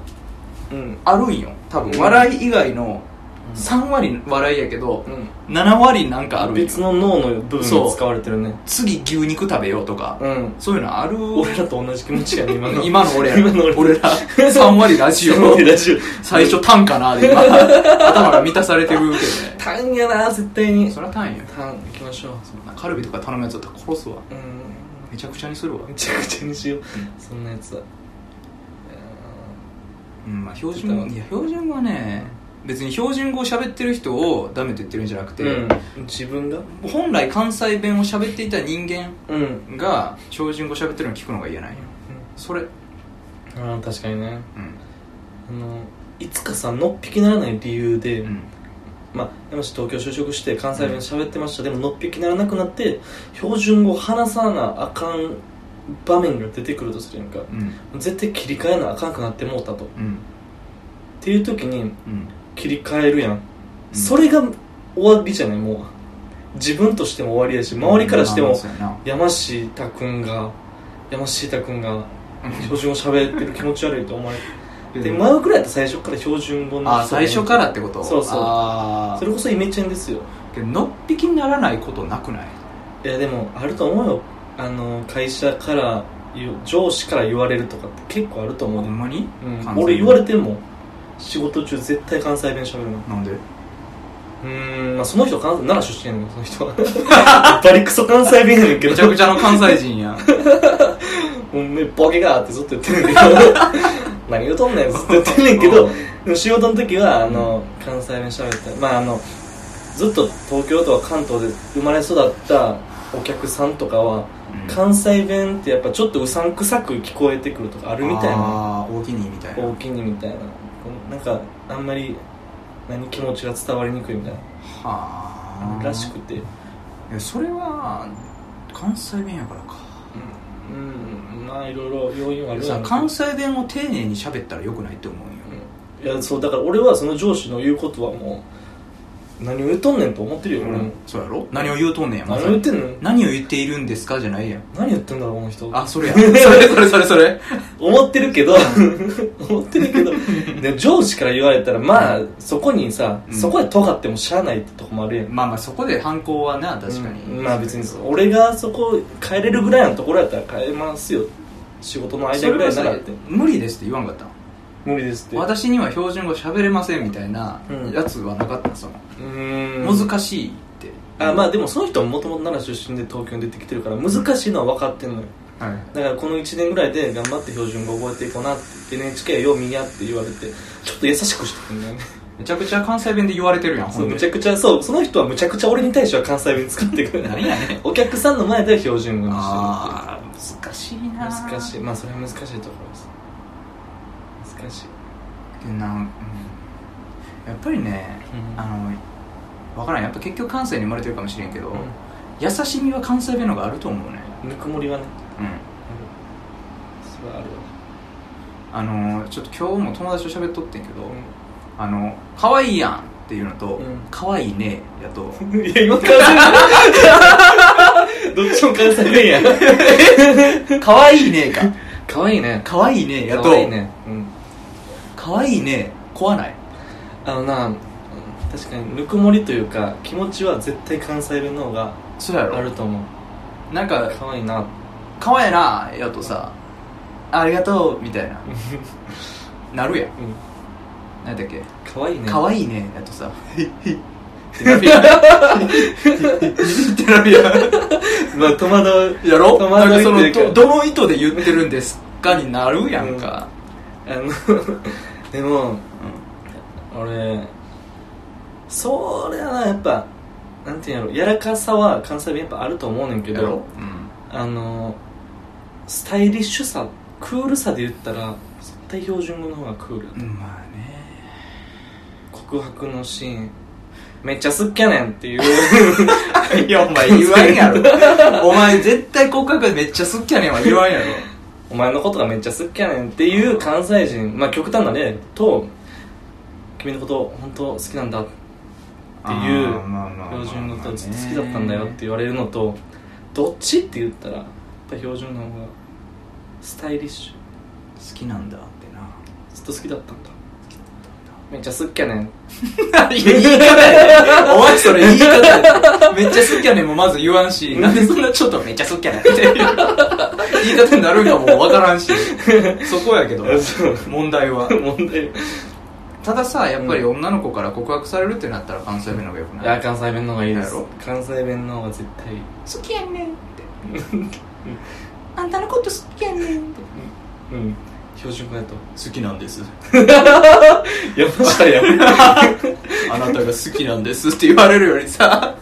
[SPEAKER 2] うん
[SPEAKER 4] あるんよ多
[SPEAKER 2] う
[SPEAKER 4] 分
[SPEAKER 2] ん
[SPEAKER 4] 笑い以外の3割笑いやけど、7割なんかあるんよ
[SPEAKER 2] 別の脳の部分
[SPEAKER 4] そ
[SPEAKER 2] が
[SPEAKER 4] う
[SPEAKER 2] 使われてるね
[SPEAKER 4] 次牛肉食べようとか、
[SPEAKER 2] うん
[SPEAKER 4] そういうのある
[SPEAKER 2] 俺らと同じ気持ちやね今の
[SPEAKER 4] 今の俺や
[SPEAKER 2] 今の俺
[SPEAKER 4] 俺 [laughs] ら3割ラジオ [laughs]
[SPEAKER 2] 今のラジオ
[SPEAKER 4] 最初単かなで今頭が満たされてるけどね
[SPEAKER 2] タンやな絶対に
[SPEAKER 4] そりゃ単よ
[SPEAKER 2] タン行きましょう
[SPEAKER 4] そんなカルビとか頼むやつだったら殺すわ
[SPEAKER 2] うん
[SPEAKER 4] めちゃくちゃにするわ
[SPEAKER 2] めちゃくちゃにしようそんなやつは
[SPEAKER 4] うんまあ標準語いや標準語はね別に標準語を喋ってる人をダメと言ってるんじゃなくて、
[SPEAKER 2] うん自分が
[SPEAKER 4] 本来関西弁を喋っていた人間
[SPEAKER 2] うん
[SPEAKER 4] が標準語喋ってるの聞くのが嫌なんよそれ
[SPEAKER 2] ああ確かにね
[SPEAKER 4] うん
[SPEAKER 2] あのいつかさのっぴきならない理由で、
[SPEAKER 4] うん
[SPEAKER 2] まあ山下東京就職して関西弁喋ってました、でものっぴきならなくなって標準語を話さなあかん場面が出てくるとするやんか
[SPEAKER 4] うん
[SPEAKER 2] 絶対切り替えなあかんくなってもうたとっ
[SPEAKER 4] うん
[SPEAKER 2] ていう時に
[SPEAKER 4] うん
[SPEAKER 2] 切り替えるやん、それが終わりじゃないもう自分としても終わりやし、周りからして
[SPEAKER 4] まあ
[SPEAKER 2] も
[SPEAKER 4] まあ、そうやな
[SPEAKER 2] 山下くんが、山下くんが、標準語喋ってる気持ち悪いと思われて、で、前くらいやったら最初から標準語の人
[SPEAKER 4] あ最初からってこと
[SPEAKER 2] そうそう
[SPEAKER 4] あ
[SPEAKER 2] それこそイメチェンですよ。
[SPEAKER 4] あのっぴきにならないことなくない
[SPEAKER 2] いや、でも、あると思うよ。あの、会社から言う、上司から言われるとかって結構あると思
[SPEAKER 4] ほ
[SPEAKER 2] うで
[SPEAKER 4] んまに
[SPEAKER 2] うん
[SPEAKER 4] 関西弁
[SPEAKER 2] 俺言われてんもん仕事中絶対関西弁喋るの
[SPEAKER 4] なんで
[SPEAKER 2] うーんまあその人関奈良出身やねんその人は [laughs] バリクソ関西弁やねんけど
[SPEAKER 4] めちゃくちゃの関西
[SPEAKER 2] [laughs]
[SPEAKER 4] 人やん
[SPEAKER 2] もうねボケがーってずっと言ってるん
[SPEAKER 4] [laughs]
[SPEAKER 2] だけど何言うとんねんずっと言ってんねんけどでも仕事の時はあの関西弁喋ったりまああのずっと東京とか関東で生まれ育ったお客さんとかは
[SPEAKER 4] うん
[SPEAKER 2] 関西弁ってやっぱちょっとうさんくさく聞こえてくるとかあるみたいな
[SPEAKER 4] ああ大きにみたいな
[SPEAKER 2] 大きにみたいなこうなんかあんまり何気持ちが伝わりにくいみたい
[SPEAKER 4] は
[SPEAKER 2] な
[SPEAKER 4] あ
[SPEAKER 2] らしくて
[SPEAKER 4] いやそれは関西弁やからか
[SPEAKER 2] うんまあいろいろ要因はある
[SPEAKER 4] さ
[SPEAKER 2] ん
[SPEAKER 4] 関西弁を丁寧に喋ったらよくないって思うよ
[SPEAKER 2] いやそうだから俺はその上司の言うことはもう何を言っとんねんと思ってるよ俺も
[SPEAKER 4] そうやろ何を言うとんねんやま
[SPEAKER 2] 何
[SPEAKER 4] さ
[SPEAKER 2] を言っ
[SPEAKER 4] に
[SPEAKER 2] てんの
[SPEAKER 4] 何を言っているんですかじゃないやん
[SPEAKER 2] 何言ってんだろうこの人
[SPEAKER 4] あそ [laughs] れやそれそれそれそれ
[SPEAKER 2] 思ってるけど [laughs] 思ってるけどで上司から言われたらまあそこにさ
[SPEAKER 4] うん
[SPEAKER 2] そこで尖ってもしゃあないってとこもあるやん
[SPEAKER 4] まあまあそこで反抗はな確かに、
[SPEAKER 2] うんまあ別にそう俺がそこ変えれるぐらいのところやったら変えますよ仕事の間
[SPEAKER 4] そ
[SPEAKER 2] ぐら
[SPEAKER 4] れはい
[SPEAKER 2] な
[SPEAKER 4] さ
[SPEAKER 2] らって
[SPEAKER 4] 無理ですって言わんかったん
[SPEAKER 2] 無理ですってう
[SPEAKER 4] 私には標準語喋れませんみたいな
[SPEAKER 2] うん
[SPEAKER 4] やつはなかったのその、
[SPEAKER 2] ーん
[SPEAKER 4] 難しいって
[SPEAKER 2] あまあでもその人ももともと奈良出身で東京に出てきてるから難しいのは分かってんのよ
[SPEAKER 4] はい、
[SPEAKER 2] だからこの1年ぐらいで頑張って標準語覚えていこうなって NHK よう見やって言われてちょっと優しくしてくんだよね
[SPEAKER 4] めちゃくちゃ関西弁で言われてるやんほ
[SPEAKER 2] そうんむち
[SPEAKER 4] で
[SPEAKER 2] ゃくちゃそうその人はむちゃくちゃ俺に対しては関西弁使ってくる
[SPEAKER 4] 何やねん
[SPEAKER 2] お客さんの前では標準語にしてるっていう
[SPEAKER 4] ああ難しいな
[SPEAKER 2] 難しい
[SPEAKER 4] い
[SPEAKER 2] まあそれは難しいところです難しい
[SPEAKER 4] なん、うん、やっぱりね、
[SPEAKER 2] うん
[SPEAKER 4] あのわからんやっぱ結局関西に生まれてるかもしれんけど、優しみは関西弁の方があると思うね
[SPEAKER 2] ぬくもりはね
[SPEAKER 4] うん
[SPEAKER 2] それはあるわ
[SPEAKER 4] あのちょっと今日も友達と喋っとってんけど、あの可愛いやんっていうのと、
[SPEAKER 2] うん
[SPEAKER 4] 可愛いねやと
[SPEAKER 2] いや今から [laughs] どっちも関西弁や
[SPEAKER 4] 可愛いねか
[SPEAKER 2] 可愛いね
[SPEAKER 4] 可愛いねやと
[SPEAKER 2] 可愛いねうん
[SPEAKER 4] 可愛いね壊ない
[SPEAKER 2] あのなうん確かにぬくもりというか気持ちは絶対関西弁の方が
[SPEAKER 4] そうや
[SPEAKER 2] あ
[SPEAKER 4] ろ
[SPEAKER 2] ると思う
[SPEAKER 4] なんか
[SPEAKER 2] 可愛いな
[SPEAKER 4] 可愛いなやとさありがとうみ
[SPEAKER 2] [laughs]
[SPEAKER 4] たいななるやん
[SPEAKER 2] うん
[SPEAKER 4] 何だっけ
[SPEAKER 2] 可愛いね
[SPEAKER 4] 可
[SPEAKER 2] い
[SPEAKER 4] 愛いねやとさ [laughs] ってなるやんってなるやん
[SPEAKER 2] まあ戸惑う
[SPEAKER 4] [laughs] やろ
[SPEAKER 2] 戸
[SPEAKER 4] なん
[SPEAKER 2] 惑
[SPEAKER 4] か
[SPEAKER 2] い
[SPEAKER 4] そ
[SPEAKER 2] ってい
[SPEAKER 4] の
[SPEAKER 2] うか
[SPEAKER 4] どどの意図で言ってるんですかになるやんか、
[SPEAKER 2] あの [laughs] でも俺そりゃなやっぱなんていうんやろやらかさは関西弁やっぱあると思うねんけ
[SPEAKER 4] やろ
[SPEAKER 2] ど、
[SPEAKER 4] うん、
[SPEAKER 2] あのスタイリッシュさクールさで言ったら絶対標準語の方がクール
[SPEAKER 4] うんまあね
[SPEAKER 2] 告白のシーンめっちゃ好きやねんっていう
[SPEAKER 4] [laughs] いや、お前言わんや [laughs] ろ。お前絶対告白でめっちゃ好きやねんは言わんやろ。
[SPEAKER 2] お前のことがめっちゃ好きやねんっていう関西人まあ極端な例と君のこと本当好きなんだっていう
[SPEAKER 4] あーまあまあまあま
[SPEAKER 2] 標
[SPEAKER 4] あ
[SPEAKER 2] 準語とずっと好きだったんだよって言われるのとどっちって言ったらやっぱ標準の方がスタイリッシュ
[SPEAKER 4] 好きなんだって
[SPEAKER 2] ずっと好きだったんだめっちゃ好きやねん
[SPEAKER 4] な。 [laughs] いや、言い方やねん。お前それ言い方やねん。めっちゃ好きやねんもまず言わんし、なんでそんなちょっとめっちゃ好きやねんっていう言い方になるんかもうわからん [laughs] し。そこやけど、
[SPEAKER 2] そう
[SPEAKER 4] 問題 [laughs] は。
[SPEAKER 2] 問題い
[SPEAKER 4] たださ、やっぱり女の子から告白されるってなったら関西弁の方がよくな
[SPEAKER 2] や
[SPEAKER 4] い
[SPEAKER 2] 関西弁の方がいいで
[SPEAKER 4] や
[SPEAKER 2] す
[SPEAKER 4] ろ
[SPEAKER 2] 関西弁の方が絶対いい
[SPEAKER 4] 好きやねんって。あんたのこと好きやねんって。
[SPEAKER 2] うん標準語やと
[SPEAKER 4] 好きなんです。
[SPEAKER 2] やばしたやめ
[SPEAKER 4] あなたが好きなんですって言われるよりさ、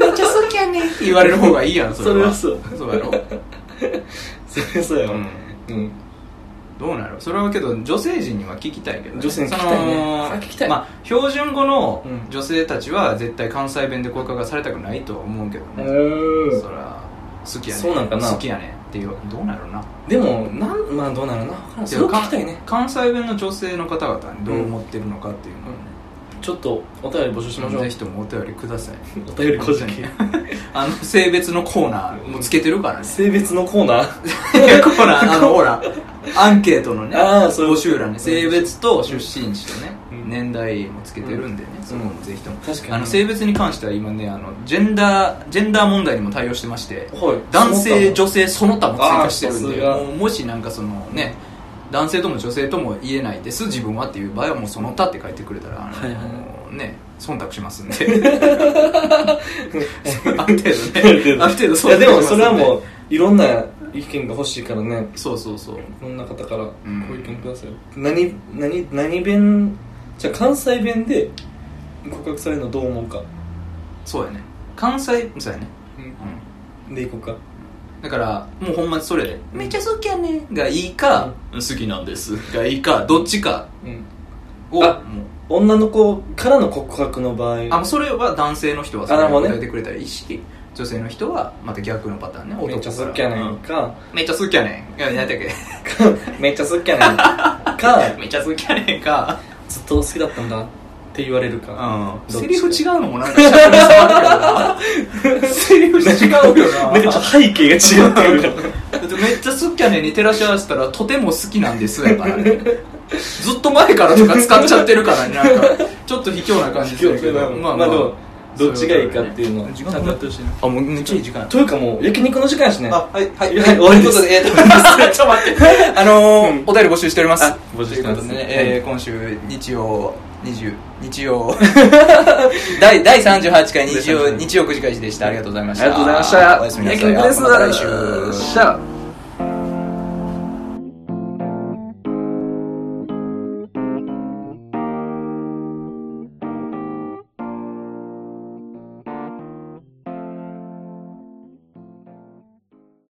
[SPEAKER 4] めっちゃ好きやねんって言われる方がいいやん、それ
[SPEAKER 2] [laughs]
[SPEAKER 4] は。
[SPEAKER 2] それは
[SPEAKER 4] そう。やろ。
[SPEAKER 2] それ [laughs] そうや
[SPEAKER 4] う
[SPEAKER 2] わ
[SPEAKER 4] ん。
[SPEAKER 2] うん
[SPEAKER 4] どうなるそれはけど、女性陣には聞きたいけど、
[SPEAKER 2] 女性に聞きたいね
[SPEAKER 4] その
[SPEAKER 2] あ聞きたい
[SPEAKER 4] まあ、標準語の
[SPEAKER 2] うん
[SPEAKER 4] 女性たちは絶対関西弁で告白がされたくないとは思うけどね。そら、好きやねん。
[SPEAKER 2] そうなんかな
[SPEAKER 4] 好きやねんっていう、どうなるな。
[SPEAKER 2] でもなんまあどうなるな分からんそれを聞きたいね
[SPEAKER 4] 関関西弁の女性の方々はどう思ってるのかっていうのをね。
[SPEAKER 2] ちょっとお便り募集しましょう
[SPEAKER 4] ぜひともお便りください
[SPEAKER 2] お便り個人
[SPEAKER 4] あの性別のコーナーもつけてるから
[SPEAKER 2] [laughs]
[SPEAKER 4] ね
[SPEAKER 2] 性別のコーナー
[SPEAKER 4] いやコーナーあのほら [laughs] アンケートの
[SPEAKER 2] [laughs]
[SPEAKER 4] ね
[SPEAKER 2] あーそう
[SPEAKER 4] 募集欄ね性別と出身地とね、
[SPEAKER 2] うん
[SPEAKER 4] 年代もつけてるんでね、そこもぜひとも
[SPEAKER 2] 確かに
[SPEAKER 4] あの性別に関しては今ねあのジェンダージェンダー問題にも対応してまして
[SPEAKER 2] はい
[SPEAKER 4] 男性
[SPEAKER 2] そ
[SPEAKER 4] 女性その他も追加してる
[SPEAKER 2] あ
[SPEAKER 4] んで
[SPEAKER 2] ーさすが
[SPEAKER 4] もうもしなんかそのね男性とも女性とも言えないです自分はっていう場合はもうその他って書いてくれたら、あの
[SPEAKER 2] はいはい
[SPEAKER 4] ね忖度しますん
[SPEAKER 2] [laughs]
[SPEAKER 4] で [laughs]
[SPEAKER 2] ある程度
[SPEAKER 4] ある程度ねある程度忖度しますん
[SPEAKER 2] いやでもそれはもういろんな意見が欲しいからね
[SPEAKER 4] そうそうそう
[SPEAKER 2] いろんな方からご意
[SPEAKER 4] ん
[SPEAKER 2] 見ください、何何何弁じゃあ関西弁で告白されるのどう思うか、
[SPEAKER 4] そうやね関西そうやね、
[SPEAKER 2] でいこうか
[SPEAKER 4] うん、だからもうほんまにそれで「めっちゃ好きやね」がいいか「好きなんです」がいいかどっちか
[SPEAKER 2] うん
[SPEAKER 4] をもう
[SPEAKER 2] あ女の子からの告白の場合
[SPEAKER 4] あもうそれは男性の人はそ
[SPEAKER 2] あ
[SPEAKER 4] れ
[SPEAKER 2] なるほ
[SPEAKER 4] を
[SPEAKER 2] どね
[SPEAKER 4] 答えてくれたらいいし、女性の人はまた逆のパターンね
[SPEAKER 2] めっ
[SPEAKER 4] 男
[SPEAKER 2] ち
[SPEAKER 4] か
[SPEAKER 2] ゃ
[SPEAKER 4] ら
[SPEAKER 2] 好きやね
[SPEAKER 4] うん
[SPEAKER 2] んか、
[SPEAKER 4] めっちゃ好きやねんいや何だっけ
[SPEAKER 2] めっちゃ好きやねんか
[SPEAKER 4] めっちゃ好きやねんか
[SPEAKER 2] ずっと好きだったんだって言われるか、
[SPEAKER 4] うん
[SPEAKER 2] どっち
[SPEAKER 4] セリフ違うのもなんかしゃべりそうだけどな [laughs] セリフ違う
[SPEAKER 2] [laughs]
[SPEAKER 4] よ
[SPEAKER 2] な
[SPEAKER 4] な
[SPEAKER 2] んかちょっと背景が違ってくるから
[SPEAKER 4] だってめっちゃ好きやねんに照らし合わせたらとても好きなんですやからねずっと前からとか使っちゃってるからねなんかちょっと卑怯な感じするけど
[SPEAKER 2] まあまあでもどっちがいいかっていうのは
[SPEAKER 4] 時間やってほしいなあもうめっちゃいい時間
[SPEAKER 2] というかもう焼肉の時間やしね
[SPEAKER 4] あはいはい [laughs]
[SPEAKER 2] はい終わりです
[SPEAKER 4] という
[SPEAKER 2] [laughs]
[SPEAKER 4] ことでえーとちょっと待ってあのーお便り募集しております
[SPEAKER 2] あ募集してます
[SPEAKER 4] ということ
[SPEAKER 2] は
[SPEAKER 4] でね
[SPEAKER 2] い
[SPEAKER 4] えー今週日曜20日曜第第38回日曜日曜9時開始でしたありがとうございました
[SPEAKER 2] ありがとうございました
[SPEAKER 4] おやすみなさい
[SPEAKER 2] 焼肉です
[SPEAKER 4] また来
[SPEAKER 2] よっ
[SPEAKER 4] 週
[SPEAKER 2] しゃ